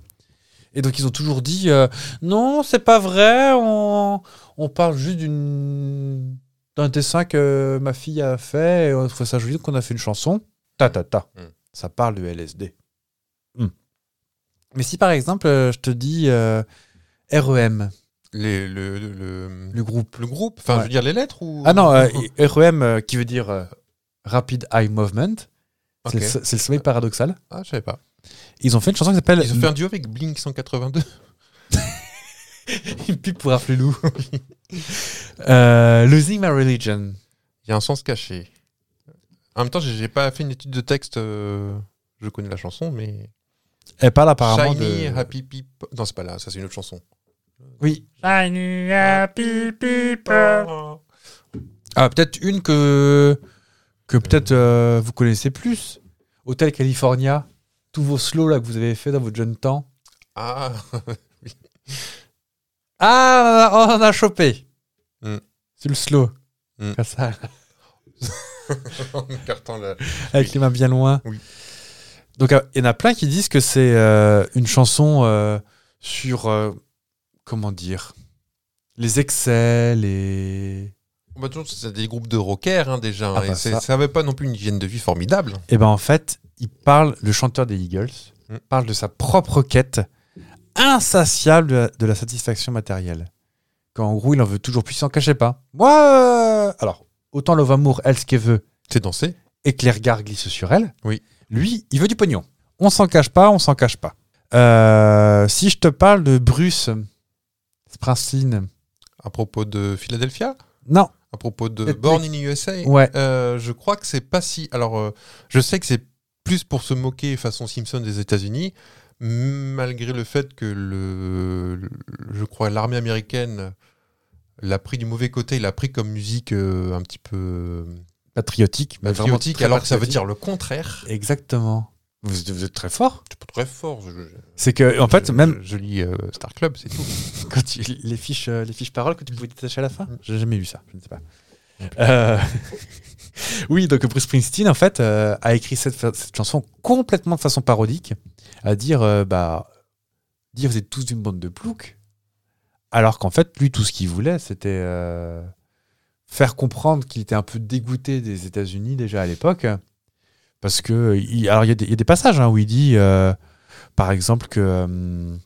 Et donc ils ont toujours dit euh, non, c'est pas vrai, on, on parle juste d'une d'un dessin que ma fille a fait et on trouvait ça joli donc on a fait une chanson. Ta ta ta. Mm. Ça Hmm. parle de LSD. Mm. Mais si par exemple euh, je te dis euh, REM, Les- le, le- le- le groupe. le groupe, enfin, Ouais. je veux dire les lettres ou... Ah non, euh, REM euh, qui veut dire euh, Rapid Eye Movement. C'est Ok. le so- C'est le sommeil paradoxal. Ah, je savais pas. Ils ont fait une chanson qui s'appelle Ils ont fait un duo avec Blink 182. Une pipe pour un loup. euh, Losing My Religion. Il y a un sens caché. En même temps, j'ai j'ai pas fait une étude de texte. euh, Je connais la chanson, mais. Elle parle apparemment Shiny, de... Happy People. Non, c'est pas là, ça c'est une autre chanson. Oui. Ah, Ah, peut-être une que, que peut-être euh, vous connaissez plus. Hotel California. Tous vos slows là, que vous avez fait dans votre jeune temps. Ah, on en a- on en a chopé. Mm. C'est le slow. Mm. Comme ça, en écartant la. avec Oui. les mains bien loin. Oui. Donc euh, il y en a plein qui disent que c'est euh, une chanson euh, sur euh, comment dire les excès, les Bah, toujours, c'est des groupes de rockers hein, déjà. hein, Ah, et bah, c'est- ça. ça avait pas non plus une hygiène de vie formidable. Eh ben en fait, il parle, le chanteur des Eagles Mm. parle de sa propre quête insatiable de la, de la satisfaction matérielle. Qu'en gros, il en veut toujours plus, il s'en cachait pas. Moi, euh, alors, autant Love Amour, elle, ce qu'elle veut, C'est dansé. et que les regards glissent sur elle, Oui. lui, il veut du pognon. On s'en cache pas, on s'en cache pas. Euh, si je te parle de Bruce Springsteen, À propos de Philadelphia, non, à propos de Ethnic. Born in USA, Ouais. euh, je crois que c'est pas si. Alors, euh, je sais que c'est plus pour se moquer façon Simpson des États-Unis, malgré le fait que le, le- je crois l'armée américaine l'a pris du mauvais côté, l'a pris comme musique euh, un petit peu euh, patriotique, mais vraiment patriotique, très alors que ça veut patriotique. dire le contraire. Exactement. Vous, êtes- vous êtes très fort. C'est pas très fort. je- je- C'est que, en fait, je- même, je, je lis euh, Star Club, c'est tout. Quand tu- les, fiches, euh, les fiches paroles que tu pouvais détacher à la fin J'ai jamais lu ça, je ne sais pas. Euh, oui, donc Bruce Springsteen, en fait, euh, a écrit cette, fa- cette chanson complètement de façon parodique, à dire, euh, bah, dire vous êtes tous une bande de ploucs, alors qu'en fait, lui, tout ce qu'il voulait, c'était euh, faire comprendre qu'il était un peu dégoûté des États-Unis déjà à l'époque, parce que, euh, il, alors il y, a des- il y a des passages hein, où il dit, euh, par exemple, que... hum,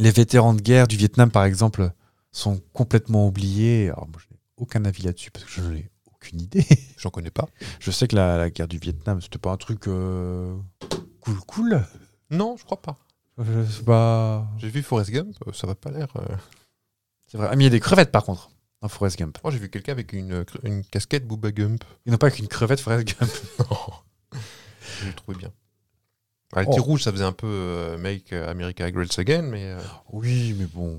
les vétérans de guerre du Vietnam, par exemple, sont complètement oubliés. Alors, moi, je n'ai aucun avis là-dessus parce que je n'ai aucune idée. J'en connais pas. Je sais que la, la guerre du Vietnam, c'était pas un truc euh, cool, cool. Non, je crois pas. Je sais pas. J'ai vu Forrest Gump, euh, ça va pas l'air. euh. C'est vrai. Ah, mais il y a des crevettes, par contre, dans Forrest Gump. Moi, Oh, j'ai vu quelqu'un avec une, une casquette Booba Gump. Ils n'ont pas qu'une crevette, Forrest Gump. Je le trouvais bien. Ah, le Oh. petit rouge, ça faisait un peu euh, Make America Great Again, mais euh, Oui, mais bon.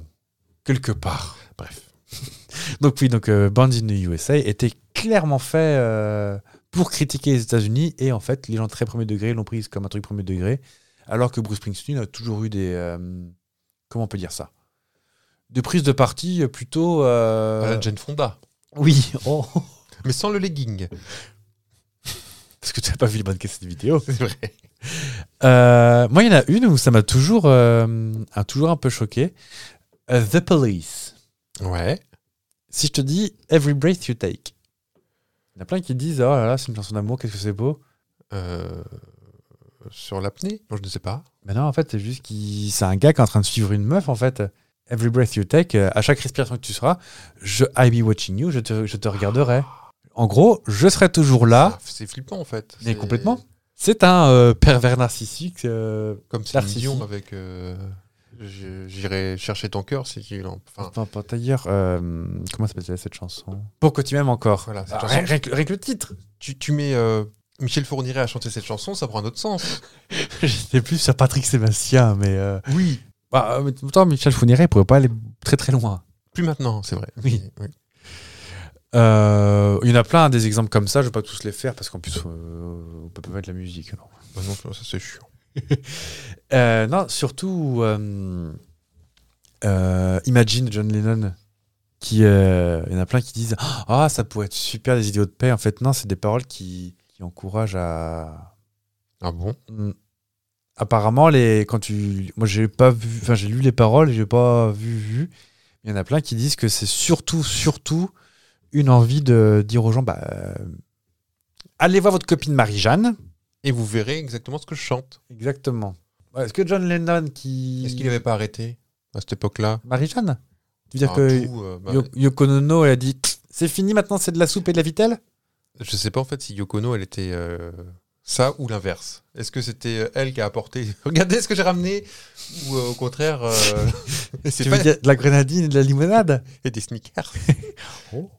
Quelque part. bref. Donc, oui, donc, euh, Band in the USA était clairement fait euh, pour critiquer les États-Unis et en fait, les gens très premier degré l'ont prise comme un truc premier degré, alors que Bruce Springsteen a toujours eu des. euh, comment on peut dire ça Des prises de parti plutôt. euh, À la Jane Fonda. oui, oh, Mais sans le legging. parce que tu n'as pas vu les bonnes cassettes vidéo. C'est vrai. Euh, moi, il y en a une où ça m'a toujours, euh, un, toujours un peu choqué. Euh, The Police. Ouais. Si je te dis Every Breath You Take. Il y en a plein qui disent Oh là là, c'est une chanson d'amour, qu'est-ce que c'est beau. Euh, sur l'apnée Non, je ne sais pas. Mais non, en fait, c'est juste qu'il. C'est un gars qui est en train de suivre une meuf, en fait. Every breath you take, euh, à chaque respiration que tu seras, je I be watching you, je te, je te regarderai. En gros, je serai toujours là. Ça, Ah, C'est flippant, en fait. Ah. Mais C'est complètement. C'est un euh, pervers narcissique. euh, Comme Céline Narcissique. Dion avec... euh, je- J'irai chercher ton cœur si tu... l'en- Enfin, enfin, pas- D'ailleurs, euh, comment s'appelle cette chanson Pour que tu m'aimes encore. Voilà, cette Ah, chanson. rien, rien que, rien que le titre. tu, tu mets... euh, Michel Fourniret à chanter cette chanson, ça prend un autre sens. J'étais plus sur Patrick Sébastien, mais. euh, Oui. bah, euh, mais en même temps, Michel Fourniret pourrait pas aller très très loin. Plus maintenant, c'est vrai. Oui. Euh, il y en a plein des exemples comme ça, je vais pas tous les faire parce qu'en plus euh, on peut pas mettre la musique. alors. Bah non, ça c'est chiant. Euh, non, surtout euh, euh, Imagine de John Lennon. Qui, euh, il y en a plein qui disent Ah, ça pourrait être super des idiots de paix. En fait, non, c'est des paroles qui, qui encouragent à. Ah bon Mm. Apparemment, les, quand tu. Moi, j'ai pas vu. Enfin, j'ai lu les paroles, et j'ai pas vu, vu. Il y en a plein qui disent que c'est surtout, surtout une envie de dire aux gens bah, euh, Allez voir votre copine Marie-Jeanne. Et vous verrez exactement ce que je chante. Exactement. Ouais, Est-ce que John Lennon qui. Est-ce qu'il n'avait pas arrêté à cette époque-là. Marie-Jeanne Tu veux dire Enfin, que tout, euh, bah, Yo- Yoko Ono, elle a dit c'est fini maintenant, c'est de la soupe et de la vitelle Je sais pas en fait si Yokono, elle était euh, ça ou l'inverse. Est-ce que c'était euh, elle qui a apporté Regardez ce que j'ai ramené Ou euh, au contraire, euh, c'est Tu pas veux dire de la grenadine et de la limonade et des sneakers. Oh.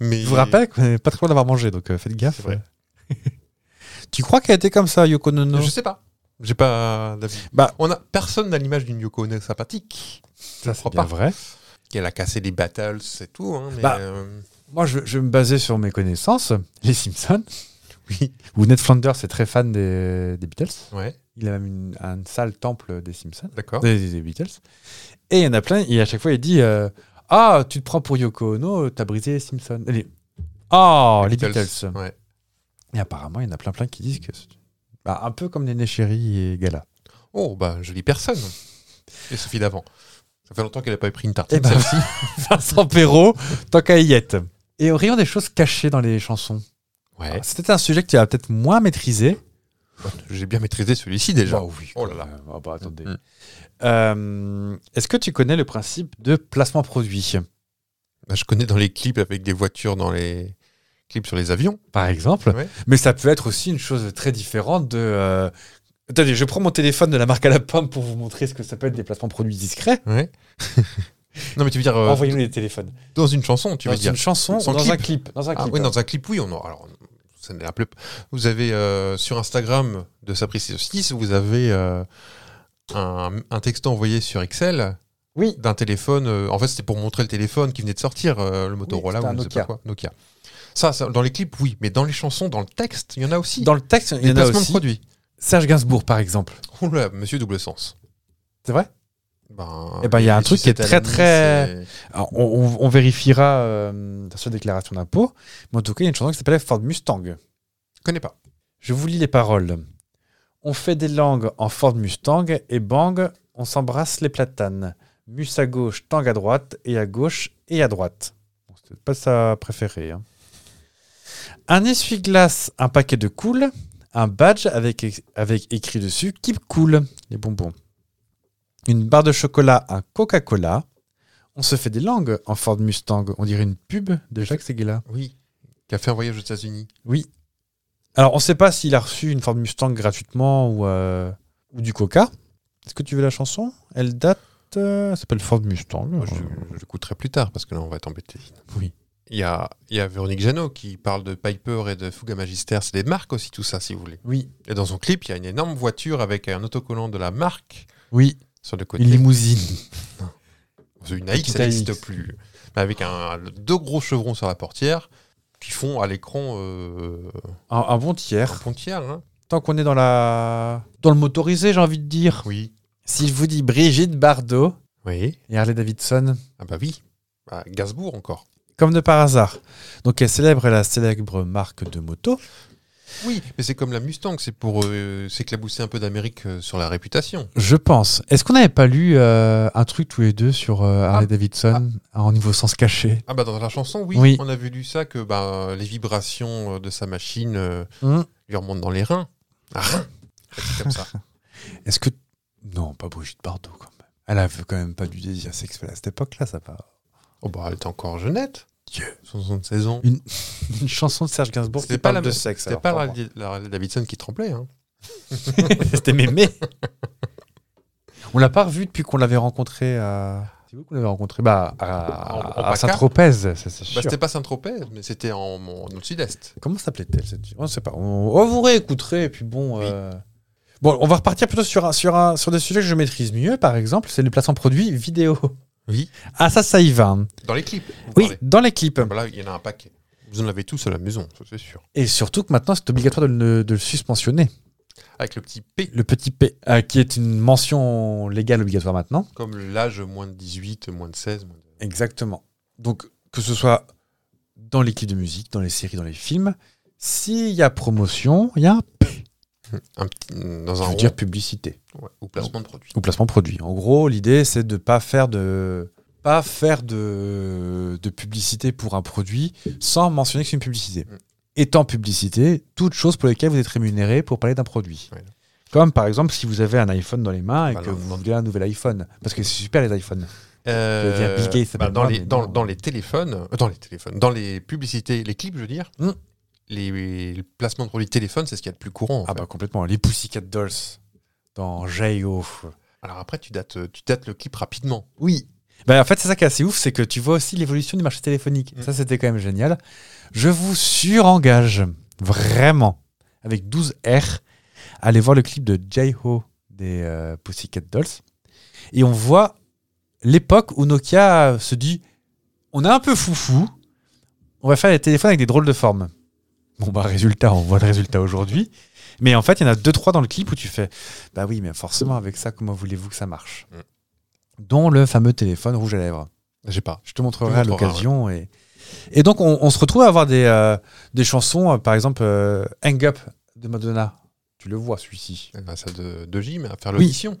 Mais Je vous rappelle qu'on n'est pas trop loin d'avoir mangé, donc euh, faites gaffe. C'est vrai. tu crois qu'elle était comme ça, Yoko Ono Je sais pas. J'ai pas d'avis. Bah. on a personne n'a l'image d'une Yoko Ono sympathique. Ça, crois pas. vrai. Elle a cassé des battles, c'est tout. hein, mais, Bah. euh, Moi, je, je vais me basais sur mes connaissances, les Simpsons. Oui. Où Ned Flanders est très fan des, des Beatles. ouais, Il a même une, un sale temple des Simpsons. d'accord. Des, des Beatles. Et il y en a plein, et à chaque fois, il dit euh, Ah, tu te prends pour Yoko Ono, t'as brisé les Simpsons. Allez. Oh, les Beatles. ouais. Et apparemment, il y en a plein plein qui disent que. c'est- Bah, un peu comme Néné Chéri et Gala. Oh, bah, jolie personne. Et Sophie d'avant. Ça fait longtemps qu'elle n'a pas pris une tartine. Et ben, celle-ci. Vincent Perrault, tant qu'à y être. Et au rayon des choses cachées dans les chansons. Ouais. Alors, C'était un sujet que tu as peut-être moins maîtrisé. J'ai bien maîtrisé celui-ci déjà. Bah oui. Oh là là. Euh, ah bah, attendez. Mm. Euh, Est-ce que tu connais le principe de placement produit Bah, je connais dans les clips avec des voitures, dans les clips sur les avions. Par exemple. Ouais. Mais ça peut être aussi une chose très différente de. euh, Attendez, je prends mon téléphone de la marque à la pomme pour vous montrer ce que ça peut être des placements produits discrets. Ouais. non, mais tu veux dire euh, Envoyez-nous les téléphones. dans une chanson, tu dans veux dire. une chanson, Sans dans clip. un clip. Dans un Ah clip. oui, dans un clip, oui, on en- alors, ça n'est la plus- Vous avez euh, sur Instagram de Sapristi 6, vous avez euh, un, un texto envoyé sur Excel Oui. d'un téléphone. euh, en fait, c'était pour montrer le téléphone qui venait de sortir, euh, le Motorola c'était ou un je ne sais Nokia. pas quoi, Nokia. Ça, ça, dans les clips, oui, mais dans les chansons, dans le texte, il y en a aussi. Dans le texte, il les y en a placements de aussi. produits. Serge Gainsbourg, par exemple. Oh là, monsieur double sens. C'est vrai Ben, Eh ben, euh, il y a les un truc qui est sucettes à la très, nuit, Alors, on, on- on vérifiera euh, dans sa déclaration d'impôt. Mais en tout cas, il y a une chanson qui s'appelle Ford Mustang. c'est- Je connais pas. Je vous lis les paroles. On fait des langues en Ford Mustang et bang, on s'embrasse les platanes. Mus à gauche, tang à droite, et à gauche et à droite. Bon, c'est peut-être pas sa préférée. hein. Un essuie-glace, un paquet de cool, un badge avec, é- avec écrit dessus Keep Cool, les bonbons. Une barre de chocolat, un Coca-Cola. On se fait des langues en Ford Mustang. On dirait une pub de Jacques Seguela. Oui. Qui a fait un voyage aux États-Unis. Oui. Alors, on ne sait pas s'il a reçu une forme Mustang gratuitement ou, euh, ou du Coca. Est-ce que tu veux la chanson Elle date. euh, elle s'appelle Ford Mustang. Moi, je, je l'écouterai plus tard parce que là, on va t'embêter. Oui. Il y a, il y a Véronique Jeannot qui parle de Piper et de Fuga Magister. C'est des marques aussi, tout ça, si vous voulez. Oui. Et dans son clip, il y a une énorme voiture avec un autocollant de la marque Oui, sur le côté. une limousine. C'est une AX, petite ça n'existe AX. plus. Mais avec un, deux gros chevrons sur la portière qui font à l'écran euh, Un, un bon un tiers. pontière. hein. Tant qu'on est dans la. Dans le motorisé, j'ai envie de dire. Oui. Si je vous dis Brigitte Bardot Oui. et Harley Davidson, Ah bah oui. Bah, Gainsbourg encore. comme de par hasard. Donc, elle célèbre la célèbre marque de moto. Oui, mais c'est comme la Mustang, c'est pour euh, s'éclabousser un peu d'Amérique euh, sur la réputation. Je pense. Est-ce qu'on n'avait pas lu euh, un truc tous les deux sur euh, Harley Ah. Davidson en niveau sens caché Ah bah dans la chanson, oui, Oui. on avait lu ça que bah, les vibrations euh, de sa machine euh, Hum lui remontent dans les reins. Ah, reins. C'est comme ça. Est-ce que. Non, pas Brigitte Bardot, quand même. Elle avait quand même pas du désir sexuel à cette époque-là, ça va. Oh bah elle était encore jeunette. Dieu. 76 ans. Une- Une chanson de Serge Gainsbourg C'était qui pas parle de la- sexe. C'était alors, pas pour la, moi. la Harley Davidson qui tremblait. Hein. C'était mémé. On l'a pas revu depuis qu'on l'avait rencontré à. C'est vous qu'on l'avait rencontré Bah, à, En- en à Paca. Saint-Tropez, ça, c'est Bah, sûr. c'était pas Saint-Tropez, mais c'était en, en- dans le sud-est. Comment s'appelait-elle cette fille On ne sait pas. On, on vous réécouterez, et puis bon. euh, Bon, on va repartir plutôt sur, un- sur, un- sur des sujets que je maîtrise mieux, par exemple, c'est les places en produits vidéo. Oui. Ah, ça, ça y va. Dans les clips. vous Oui, parlez. dans les clips. Bah là, il y en a un paquet. Vous en avez tous à la maison, ça c'est sûr. Et surtout que maintenant, c'est obligatoire de le, de le suspensionner. Avec le petit P, Le petit P, euh, qui est une mention légale obligatoire maintenant. comme l'âge moins de 18, moins de 16. moins de- Exactement. Donc, que ce soit dans les clips de musique, dans les séries, dans les films, s'il y a promotion, il y a, Un petit, dans je un veux rond, dire, publicité ouais, ou placement de produit. ou placement produit. En gros, l'idée, c'est de pas faire de pas faire de, de publicité pour un produit sans mentionner que c'est une publicité. Mm. Étant publicité, toutes choses pour lesquelles vous êtes rémunéré pour parler d'un produit. Ouais. Comme par exemple si vous avez un iPhone dans les mains et Bah, que non, vous non. voulez un nouvel iPhone. Parce que c'est super les iPhones. Euh, Je veux dire, Bill Gates, ça bah, peut dans, être les, moi, mais dans, non. dans les téléphones, euh, dans les téléphones, dans les publicités, les clips, je veux dire, Hmm. les, le placements de produits de téléphone, c'est ce qu'il y a de plus courant. en Ah fait. bah complètement. Les Pussycat Dolls dans J.O. Alors après, tu dates, euh, tu dates le clip rapidement. Oui. Bah, en fait, c'est ça qui est assez ouf, c'est que tu vois aussi l'évolution du marché téléphonique. Mm. Ça, c'était quand même génial. Je vous surengage, vraiment, avec 12 R, à aller voir le clip de J-Ho des euh, Pussycat Dolls. Et on voit l'époque où Nokia se dit on est un peu foufou, on va faire des téléphones avec des drôles de formes. Bon, bah, résultat, on voit le résultat aujourd'hui. Mais en fait, il y en a deux, trois dans le clip où tu fais bah oui, mais forcément, avec ça, comment voulez-vous que ça marche Mm. Dont le fameux téléphone rouge à lèvres. J'ai pas. Je te montrerai Tu à me montreras, l'occasion. Et, et donc, on, on se retrouve à avoir des, euh, des chansons, euh, par exemple, euh, Hang Up de Madonna. Tu le vois, celui-ci. Ah, Ça de, de J, mais à faire Oui. l'audition.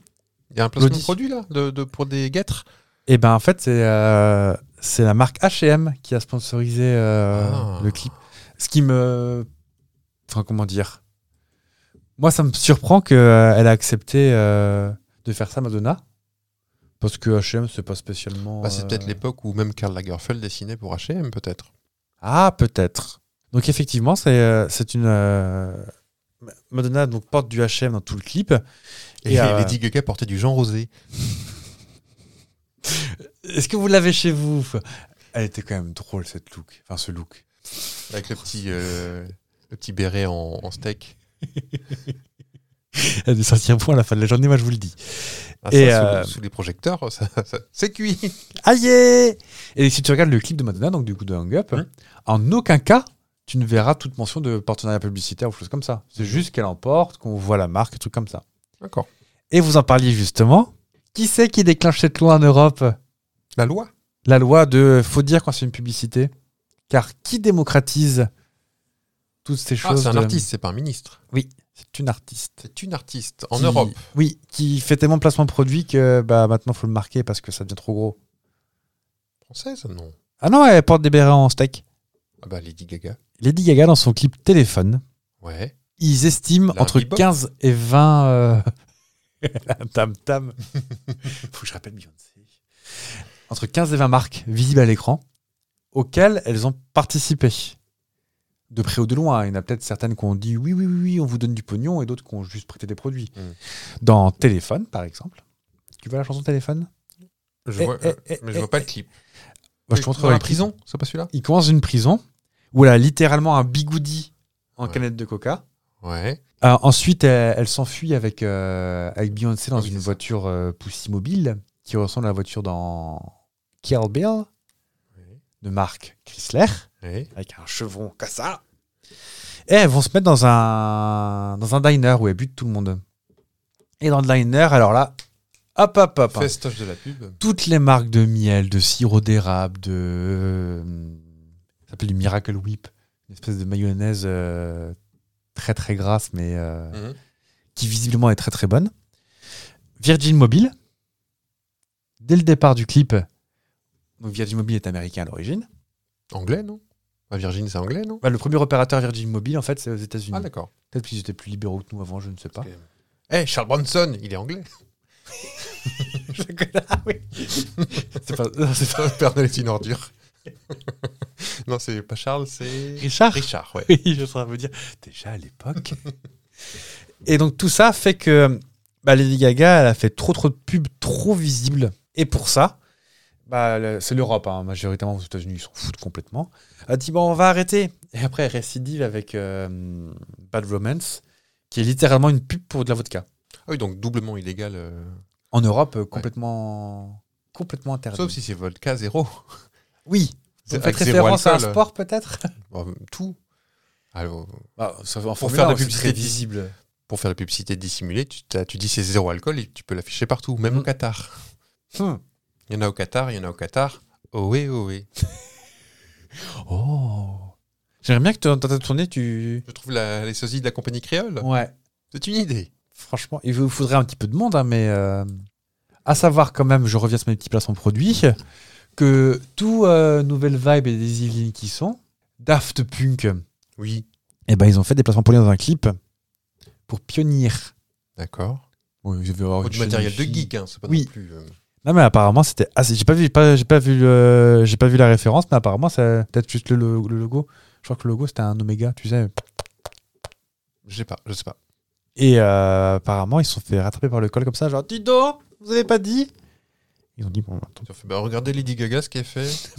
Il y a un placement de L'audition. produit là, de, de- pour des guêtres. Et ben en fait, c'est euh, c'est la marque HM qui a sponsorisé euh, Ah. le clip. Ce qui me. Enfin, comment dire Moi, ça me surprend qu'elle a accepté euh, de faire ça, Madonna. Parce que HM, c'est pas spécialement. Bah, c'est peut-être euh, l'époque où même Karl Lagerfeld dessinait pour H&M peut-être. Ah, peut-être. Donc effectivement, c'est euh, c'est une euh, Madonna donc porte du H&M dans tout le clip. Et, Et, euh, Lady Gaga portait du Jean Rosé. Est-ce que vous l'avez chez vous Elle était quand même drôle cette look, enfin ce look. Avec le petit, euh, le petit béret en, en steak. Elle est sortie un point à la fin de la journée, moi je vous le dis. Ah, Et, ça, sous- euh, sous, les projecteurs, ça- ça- c'est cuit. Aïe Et si tu regardes le clip de Madonna, donc du coup de Hang Up, Mhm. en aucun cas tu ne verras toute mention de partenariat publicitaire ou choses comme ça. C'est juste qu'elle emporte, qu'on voit la marque, trucs comme ça. D'accord. Et vous en parliez justement. Qui c'est qui déclenche cette loi en Europe La loi. la loi de faut dire quand c'est une publicité, car qui démocratise toutes ces Ah, choses c'est un de- artiste, c'est pas un ministre. C'est une artiste. C'est une artiste en Qui- Europe. Oui, qui fait tellement de placements de produits que bah, maintenant faut le marquer parce que ça devient trop gros. Française, non Ah non, elle porte des bérets en steak. Ah bah Lady Gaga. Lady Gaga, dans son clip téléphone, Ouais. ils estiment Elle a un entre bebop. 15 et 20. euh, un tam tam. Faut que je rappelle Beyoncé. Entre 15 et 20 marques visibles à l'écran auxquelles elles ont participé. De près ou de loin. Il y en a peut-être certaines qui ont dit oui, oui, oui, oui, on vous donne du pognon et d'autres qui ont juste prêté des produits. Mm. Dans Téléphone, par exemple. Tu vois la chanson Téléphone Je Eh, vois, eh, euh, eh, mais eh, je vois pas le clip. Moi, Bah, Je te Dans montrerai la le clip. prison, c'est pas celui-là Il commence une prison où elle a littéralement un bigoudi en Ouais. canette de coca. Ouais. Euh, ensuite, elle, elle s'enfuit avec, euh, avec Beyoncé dans Ah oui, une c'est ça. voiture euh, poussée mobile qui ressemble à la voiture dans Kill Bill Ouais. de marque Chrysler Ouais. avec un chevron comme ça. Et elles vont se mettre dans un, dans un diner où elles butent tout le monde. Et dans le diner, alors là, hop, hop, hop. hein. Festoche de la pub. Toutes les marques de miel, de sirop d'érable, de. euh, Ça s'appelle du Miracle Whip, une espèce de mayonnaise euh, très très grasse, mais. euh, Mhm. qui visiblement est très très bonne. Virgin Mobile, dès le départ du clip, donc Virgin Mobile est américain à l'origine. Anglais, non Ah, Virgin, c'est anglais, non Bah, le premier opérateur Virgin Mobile, en fait, c'est aux États-Unis. Ah, d'accord. Peut-être qu'ils étaient plus libéraux que nous avant, je ne sais pas. Eh, Charles Bronson, il est anglais. Je connais- ah oui. c'est pas, non, c'est pas- Le Père Noël est une ordure. non, c'est pas Charles, c'est. Richard Richard, ouais. Oui, je serais à vous dire, déjà à l'époque. et donc tout ça fait que bah, Lady Gaga, elle a fait trop trop de pubs trop visibles. Et pour ça, bah, le- c'est l'Europe, hein, majoritairement aux États-Unis, ils s'en foutent complètement. Elle a dit, bon, on va arrêter. Et après, elle récidive avec euh, Bad Romance, qui est littéralement une pub pour de la vodka. Ah oui, donc doublement illégal. euh, En Europe, euh, complètement, complètement interdit. Sauf si c'est Volca zéro. Oui, vous C'est faites avec zéro référence à un alcool. sport peut-être Bon, tout. Alors, bah, ça, En Formule faire de la un, c'est publicité très vis- visible. pour faire la publicité dissimulée, tu, t'as- tu dis c'est zéro alcool et tu peux l'afficher partout, Mm. même au Qatar. Hmm. Il y en a au Qatar, il y en a au Qatar. oh Ohé, ohé. Oh. J'aimerais bien que tu- dans ta tournée, tu. Je trouve la- les sosies de la compagnie créole. Ouais. C'est une idée. Franchement, il vous faudrait un petit peu de monde, hein, mais. euh, À savoir, quand même, je reviens sur mes petits placements produits, que tout euh, Nouvelle Vibe et des Yvelines qui sont, Daft Punk, Oui. eh ben, ils ont fait des placements produits dans un clip pour Pionnier. D'accord. Oui, je vais avoir Faut une du chaîne matériel de YouTube. geek, hein, c'est pas Oui. non plus. euh, Non, mais apparemment, c'était. Ah, c'est- j'ai pas vu, j'ai pas, j'ai pas vu, le- j'ai pas vu la référence, mais apparemment, c'est peut-être juste le, le- le logo. Je crois que le logo c'était un Omega, tu sais. Je sais pas, je sais pas. Et euh, apparemment, ils se sont fait rattraper par le col comme ça, genre, dis donc, vous avez pas dit Ils ont dit, bon, attends, Ils ont fait, bah, regardez Lady Gaga ce qu'elle fait.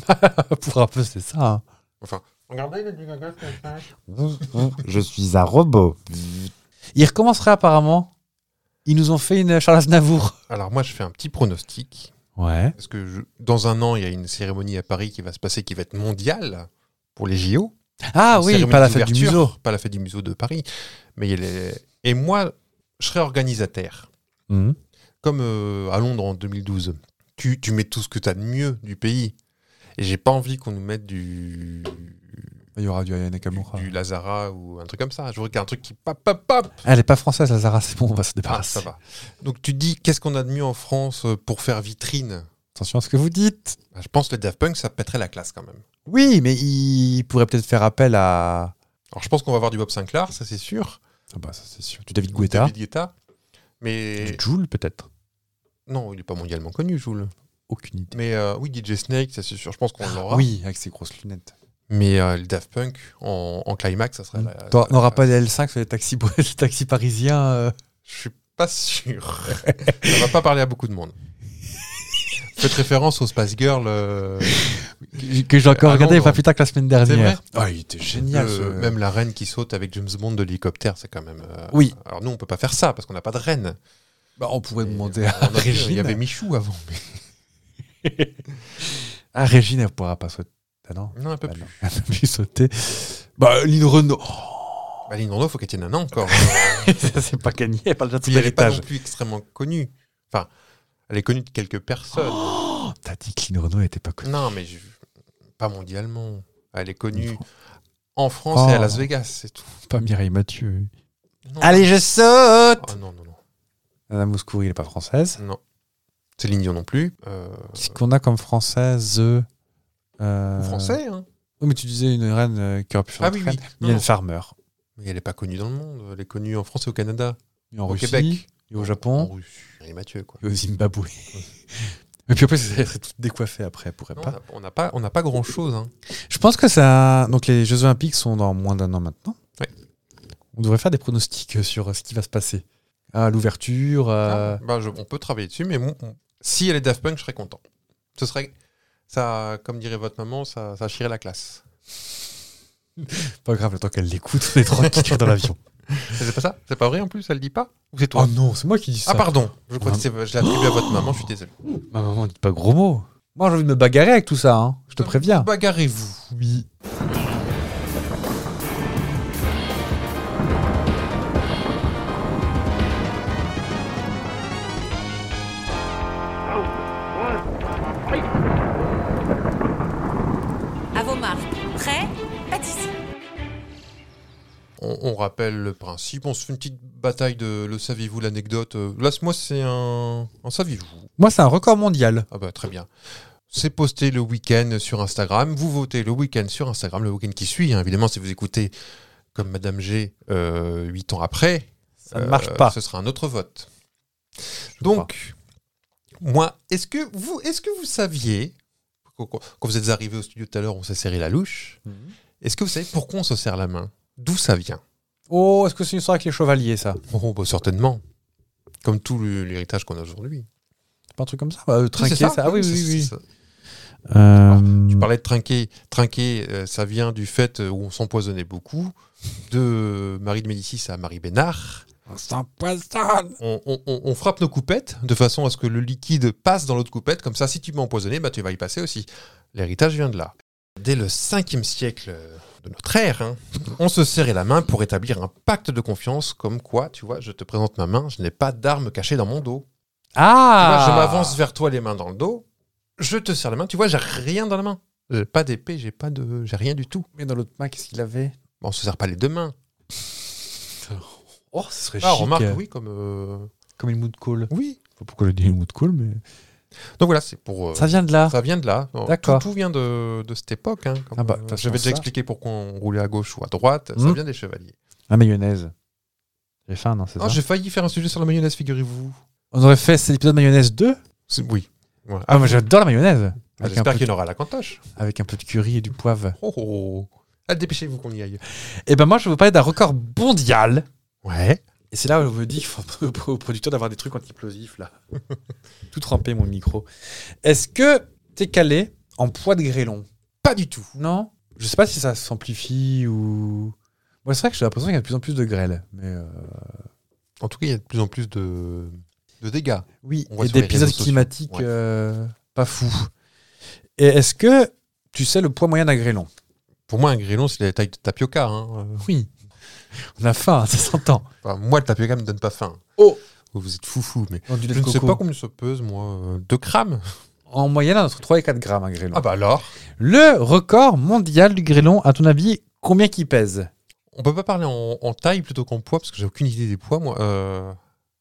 pour un peu, c'est ça. Regardez Lady Gaga ce qu'elle fait. Je suis un robot. Ils recommenceraient apparemment. Ils nous ont fait une Charles Aznavour. Alors moi, je fais un petit pronostic. Ouais. Parce que je- dans un an, il y a une cérémonie à Paris qui va se passer, qui va être mondiale pour les JO. Ah Une oui, cérémonie pas la fête du d'ouverture, museau. Pas la fête du museau de Paris. Mais il y a les- Et moi, je serai organisateur. Mhm. Comme euh, à Londres en 2012. Tu, tu mets tout ce que tu as de mieux du pays. Et j'ai pas envie qu'on nous mette du... Il y aura du Aya du, Nakamura. du Lazara ou un truc comme ça. Je voudrais qu'il y ait un truc qui pop, pop, pop. Elle est pas française, la Zara, c'est bon, on va se Ah, débarrasser. ça va. Donc tu dis, qu'est-ce qu'on a de mieux en France euh, pour faire vitrine Attention à ce que vous dites. Bah, Je pense que le Daft Punk, ça pèterait la classe quand même. Oui, mais ils pourraient peut-être faire appel à. Alors je pense qu'on va avoir du Bob Sinclair, ça c'est sûr. Ah bah, ça c'est sûr. Du David Ou Guetta. David Guetta. Mais Du Joule, peut-être. non, il n'est pas mondialement connu, Jules. Aucune idée. Mais euh, oui, DJ Snake, ça c'est sûr, je pense qu'on l'aura. Ah, Oui, avec ses grosses lunettes. Mais euh, le Daft Punk en, en climax, ça serait. la- T'en- ça- On n'aura pas des L5 sur les taxis, les taxis parisiens. euh. Je suis pas sûr. ça va pas parler à beaucoup de monde. Faites référence au Space Girl. euh, que Ah j'ai encore à regardé Londres. pas plus tard que la semaine vrai dernière. Ah, il était génial. le- ce- Même la reine qui saute avec James Bond de l'hélicoptère, c'est quand même. euh, Oui. Alors nous, on peut pas faire ça parce qu'on n'a pas de reine. Bah, on pourrait Et demander à on a- Régine. Il y avait Michou avant. mais- Ah, Régine, elle pourra pas sauter. Ah non, Non, un peu bah, plus. non, elle peut plus sauter. Bah, Lynn Renault. Bah, Lynn Renaud, faut qu'elle tienne un an encore. c'est pas gagné, elle parle déjà de Puis elle est pas non plus extrêmement connue. Enfin, elle est connue de quelques personnes. T'as dit que Lynn Renault n'était pas connue. non, mais je- pas mondialement. Elle est connue en France Oh. et à Las Vegas, c'est tout. Pas Mireille Mathieu. Non. Allez, je saute Ah, non, non, non. Madame Mouskouri, elle n'est pas française. non. Céline Dion non plus. Euh, Qu'est-ce qu'on a comme française euh, euh, ou Français, hein. Oui, mais tu disais une reine euh, qui aurait pu faire une Ah oui, reine. oui. Il Non, y a non. une farmer. Mais elle est pas connue dans le monde. Elle est connue en France et au Canada. Euh, Et en au Russie, Québec. et au En Japon, Russie. Elle est Mathieu, quoi. et au Zimbabwe. et puis après, ça serait tout décoiffé après, elle pourrait Non, pas. on n'a- on n'a pas, on n'a pas hein. grand chose. Je pense que ça. Donc les Jeux Olympiques sont dans moins d'un an maintenant. Ouais. On devrait faire des pronostics euh, sur euh, ce qui va se passer. Ah, l'ouverture. euh, Bah, je- on peut travailler dessus, mais bon, on- si elle est Daft Punk, je serais content. Ce serait, ça, comme dirait votre maman, ça, ça chierait la classe. Pas grave, le temps qu'elle l'écoute, on est tranquille dans l'avion. C'est pas ça C'est pas vrai en plus Elle le dit pas Ou c'est toi Oh non, c'est moi qui dis ça. Oh. Ah pardon, je crois Ouais. que c'est- je l'attribue à votre maman, je suis désolé. Ma maman dit pas gros mots. Moi j'ai envie de me bagarrer avec tout ça, hein. je te préviens. Bagarrez-vous. Oui. À vos marques. Prêt Pâtisserie. On, on rappelle le principe, on se fait une petite bataille de le saviez-vous l'anecdote. Euh, Là, moi, c'est un, un saviez-vous. Moi c'est un record mondial. Ah bah très bien. C'est posté le week-end sur Instagram. Vous votez le week-end sur Instagram, le week-end qui suit. hein. Évidemment, si vous écoutez comme Madame G, 8 ans après, Ça ne euh, marche pas. Ce sera un autre vote. je crois. Donc, moi, est-ce que vous, est-ce que vous saviez quand quand vous êtes arrivé au studio tout à l'heure, on s'est serré la louche. Mhm. Est-ce que vous savez pourquoi on se serre la main D'où ça vient Oh, est-ce que c'est une histoire avec les chevaliers ça Oh, bah, certainement. Comme tout le- l'héritage qu'on a aujourd'hui. C'est pas un truc comme ça bah, euh, Trinquer ça, Ah oui, c'est- oui, c'est oui. ça. Euh, Tu parlais de trinquer. Trinquer, euh, ça vient du fait où on s'empoisonnait beaucoup. De Marie de Médicis à Marie Bénard. On s'empoisonne. On, on- on- on frappe nos coupettes de façon à ce que le liquide passe dans l'autre coupette. Comme ça, si tu m'as empoisonné, bah, tu vas y passer aussi. L'héritage vient de là. Dès le 5e siècle euh, de notre ère, hein, on se serrait la main pour établir un pacte de confiance comme quoi, tu vois, je te présente ma main, je n'ai pas d'arme cachée dans mon dos. Tu vois, Ah je m'avance vers toi les mains dans le dos, je te serre la main, tu vois, j'ai rien dans la main. J'ai pas d'épée, j'ai pas de. j'ai rien du tout. Mais dans l'autre main, qu'est-ce qu'il avait Bon, on se serre pas les deux mains. Oh, ce serait Ah, chic. remarque, oui, comme. euh, Comme une mood call. Oui. Je sais pas pourquoi je dis une mood call, mais. Donc voilà, c'est pour. euh, Ça vient de là. ça vient de là. Non, Ah. D'accord. Tout, tout vient de, de cette époque. hein, comme, Ah bah, euh, de toute façon, J'avais déjà ça- expliqué pourquoi on roulait à gauche ou à droite. Ça Hmm. vient des chevaliers. La mayonnaise. J'ai faim, non, c'est Ah, ça j'ai failli faire un sujet sur la mayonnaise, figurez-vous. On aurait fait cet épisode mayonnaise 2 C'est- Oui. Ouais. Ah, moi j'adore la mayonnaise avec un, peu, Ah, J'espère qu'il y en aura à la cantoche. avec un peu de curry et du poivre. Oh, oh, oh. Ah, dépêchez-vous qu'on y aille. Et ben moi, je vais vous parler d'un record mondial. Ouais. Et c'est là où je me dis qu'il faut aux producteurs d'avoir des trucs antiplosifs, là. Tout trempé, mon micro. Est-ce que t'es calé en poids de grêlon Pas du tout. Non Je sais pas si ça s'amplifie ou... Moi, c'est vrai que j'ai l'impression qu'il y a de plus en plus de grêle. Mais euh, En tout cas, il y a de plus en plus de, de dégâts. Oui, On voit et sur les d'épisodes réseaux sociaux. climatiques Ouais. euh, pas fous. Et est-ce que tu sais le poids moyen d'un grêlon Pour moi, un grillon, c'est la taille de tapioca. hein. Euh, Oui. On a faim, hein, ça s'entend. enfin, moi, le tapioca me donne pas faim. Oh. Vous êtes foufou, mais Non, du lait je de ne sais coco. pas combien ça pèse, moi. 2 grammes En moyenne, entre 3 et 4 grammes un grêlon. Ah bah alors Le record mondial du grêlon, à ton avis, combien qu'il pèse On peut pas parler en, en taille plutôt qu'en poids, parce que j'ai aucune idée des poids, moi. Euh,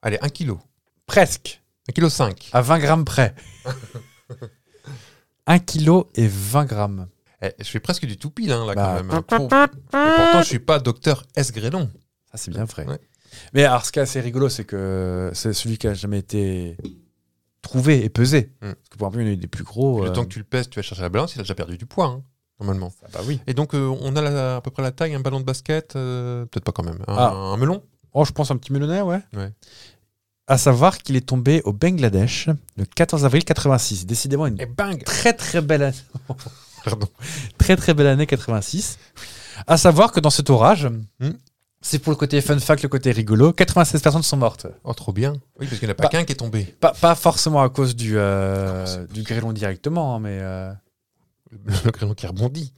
Allez, 1 kg. Presque, 1 kg 5. à 20 grammes près. 1 kg et 20 grammes. Eh, je fais presque du tout pile, hein, là, Bah, quand même. Pour- Et pourtant, je suis pas docteur S. Grélon. Ça, c'est bien vrai. Ouais. Mais alors, ce qui est assez rigolo, c'est que c'est celui qui a jamais été trouvé et pesé. Hmm. Parce que pour un peu, il y en a eu des plus gros. Le euh, temps que tu le pèses, tu vas chercher la balance, il a déjà perdu du poids, hein, normalement. Ah bah oui. Et donc, euh, on a la- à peu près la taille, un ballon de basket, euh, peut-être pas quand même, un, Ah. un melon. Oh, je pense un petit melonais, ouais. Ouais. À savoir qu'il est tombé au Bangladesh le 14 avril 86. Décidément, une Et Eh bang très très belle année. Pardon. Très très belle année 86. À savoir que dans cet orage, Hmm. c'est pour le côté fun fact, le côté rigolo, 96 personnes sont mortes. Oh, trop bien. Oui, parce qu'il n'y en a pas Bah. qu'un qui est tombé. Pas, pas forcément à cause du, euh, Comment c'est possible du grêlon directement, hein, mais. euh, Le grillon qui rebondit.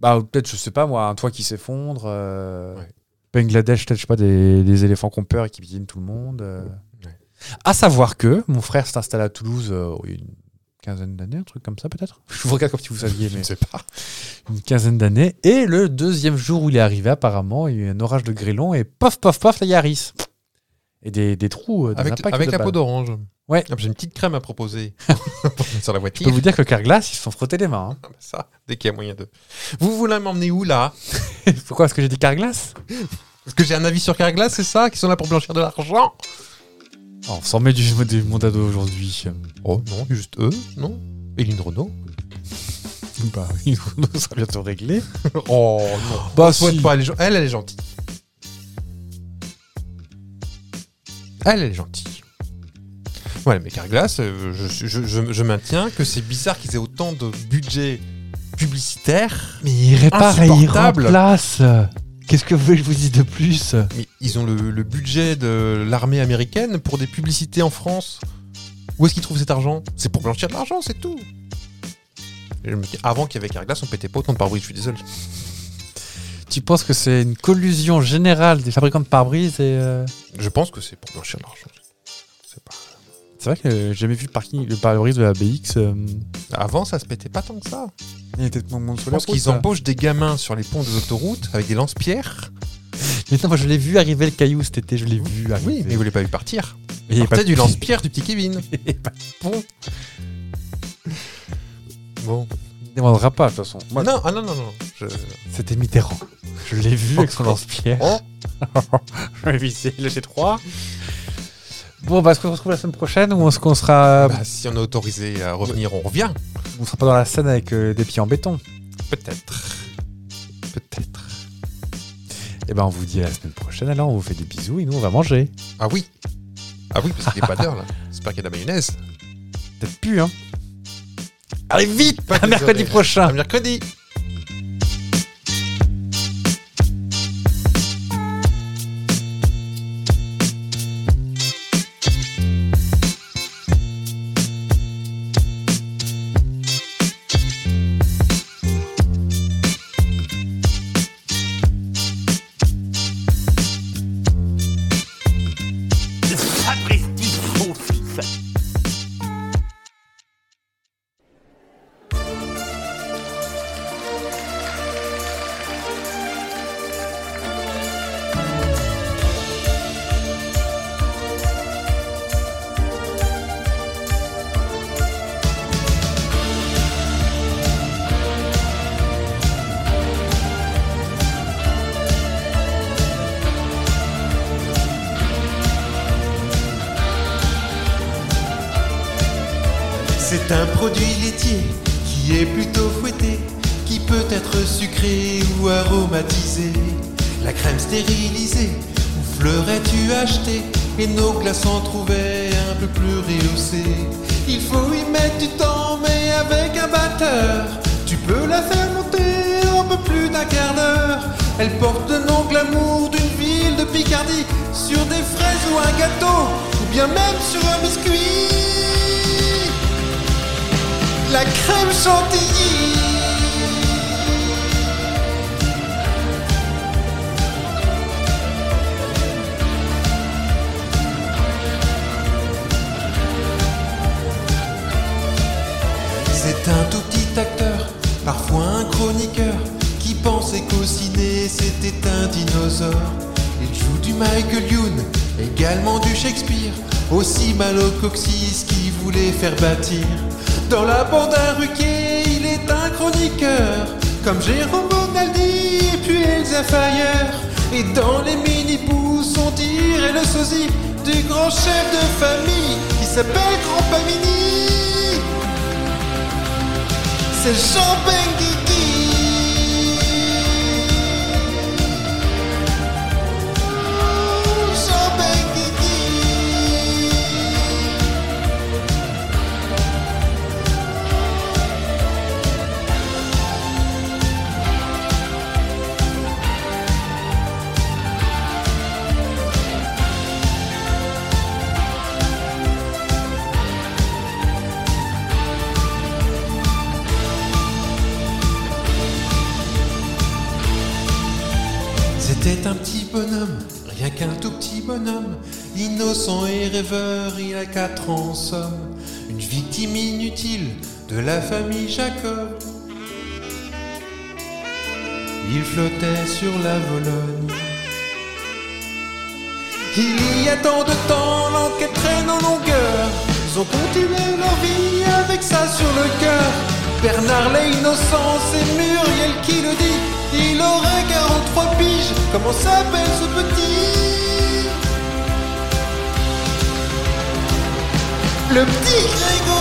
bah, ou peut-être, je sais pas moi, un toit qui s'effondre. euh, Ouais. Bangladesh, peut-être, je sais pas, des, des éléphants qui ont peur et qui piétinent tout le monde. euh. Ouais. À savoir que mon frère s'est installé à Toulouse euh, il y a une quinzaine d'années, un truc comme ça peut-être. Je vous regarde comme si vous saviez, Je mais. ne sais pas. une quinzaine d'années. Et le deuxième jour où il est arrivé, apparemment, il y a eu un orage de grêlons et pof, pof, pof, la Yaris. Et des, des trous, euh, des Avec, impacts avec de la peau balles. d'orange. Ouais. Ah, J'ai une petite crème à proposer sur la Je voiture. peux vous dire que Carglass, ils se sont frottés les mains. Ah bah Ça, dès qu'il y a moyen de. Vous voulez m'emmener où là hein. Pourquoi est-ce que j'ai dit Carglass Parce que j'ai un avis sur Carglass, c'est ça Qui sont là pour blanchir de l'argent Oh, On s'en met du, du monde à dos aujourd'hui. Oh non, juste eux, non Et Lynn Renault Bah, il sera bientôt réglé. Oh non. Bah, Souhaite si. pas, elle, est gen- elle, elle est gentille. Elle, elle est gentille. Voilà, mais Carglass, euh, je, je- je- je maintiens que c'est bizarre qu'ils aient autant de budget publicitaire, Mais il répare et il Insupportable. remplace. Qu'est-ce que vous voulez que je vous dise de plus mais ils ont le, le budget de l'armée américaine pour des publicités en France. Où est-ce qu'ils trouvent cet argent C'est pour blanchir de l'argent, c'est tout. Et je me dis, Avant qu'il y avait Carglass, on pétait pas autant de pare-brise, je suis désolé. Tu penses que c'est une collusion générale des fabricants de pare-brise et. euh, Je pense que c'est pour blanchir de l'argent. C'est pas- C'est vrai que j'ai jamais vu le, parking, le pare-brise de la BX. euh, Avant, ça se pétait pas tant que ça. Il était mon monde Je pense qu'ils embauchent des gamins sur les ponts des autoroutes avec des lance-pierres. Mais non, moi je l'ai vu arriver le caillou cet été, je l'ai vu arriver. Oui, mais vous voulez pas vu partir. mais Il il y est pas du lance-pierre du petit Kevin. il est pas- Bon. Bon. il demandera pas de toute façon. Moi, Non, ah non, non, non. Je... C'était Mitterrand. Je l'ai vu avec son lance-pierre. Oh. Je l'ai visé le G3. Bon, bah, est-ce qu'on se retrouve la semaine prochaine ou est-ce qu'on sera. Bah, si on est autorisé à revenir, on revient. on sera pas dans la scène avec euh, des pieds en béton Peut-être. Peut-être. Eh ben, on vous dit à la semaine prochaine alors, on vous fait des bisous et nous on va manger. Ah oui. Ah oui, parce qu'il n'est pas d'heure là. J'espère qu'il y a de la mayonnaise. Peut-être plus, hein. Allez, vite Pas À que mercredi j'aurai- prochain Ah, À mercredi. Sapristi, faux fils. C'est un produit laitier qui est plutôt fouetté, qui peut être sucré ou aromatisé. La crème stérilisée ou fleurais-tu acheté et nos glaces en trouvaient un peu plus rehaussées. Il faut y mettre du temps, mais avec un batteur, tu peux la faire monter en peu plus d'un quart d'heure. Elle porte le nom glamour d'une ville de Picardie sur des fraises ou un gâteau, ou bien même sur un biscuit. La crème chantilly. C'est un tout petit acteur, parfois un chroniqueur, qui pensait qu'au ciné c'était un dinosaure. Il joue du Michael Youn, également du Shakespeare, aussi Malocoxis qui voulait faire bâtir. Dans la bande à Ruquier, il est un chroniqueur, comme Jérôme Bonaldi et puis Elsa Fayer. Et dans les mini-bous, on dirait le sosie du grand chef de famille qui s'appelle Grand Pamini c'est Jean Benguigui. Jean Benguigui. C'était un petit bonhomme, rien qu'un tout petit bonhomme, innocent et rêveur, il a quatre ans en somme, une victime inutile de la famille Jacob. Il flottait sur la Vologne. Il y a tant de temps, l'enquête traîne en longueur. Ils ont continué leur vie avec ça sur le cœur. Bernard l'innocent, c'est Muriel qui le dit. Il aurait 43 piges, comment s'appelle ce petit Le petit Grégo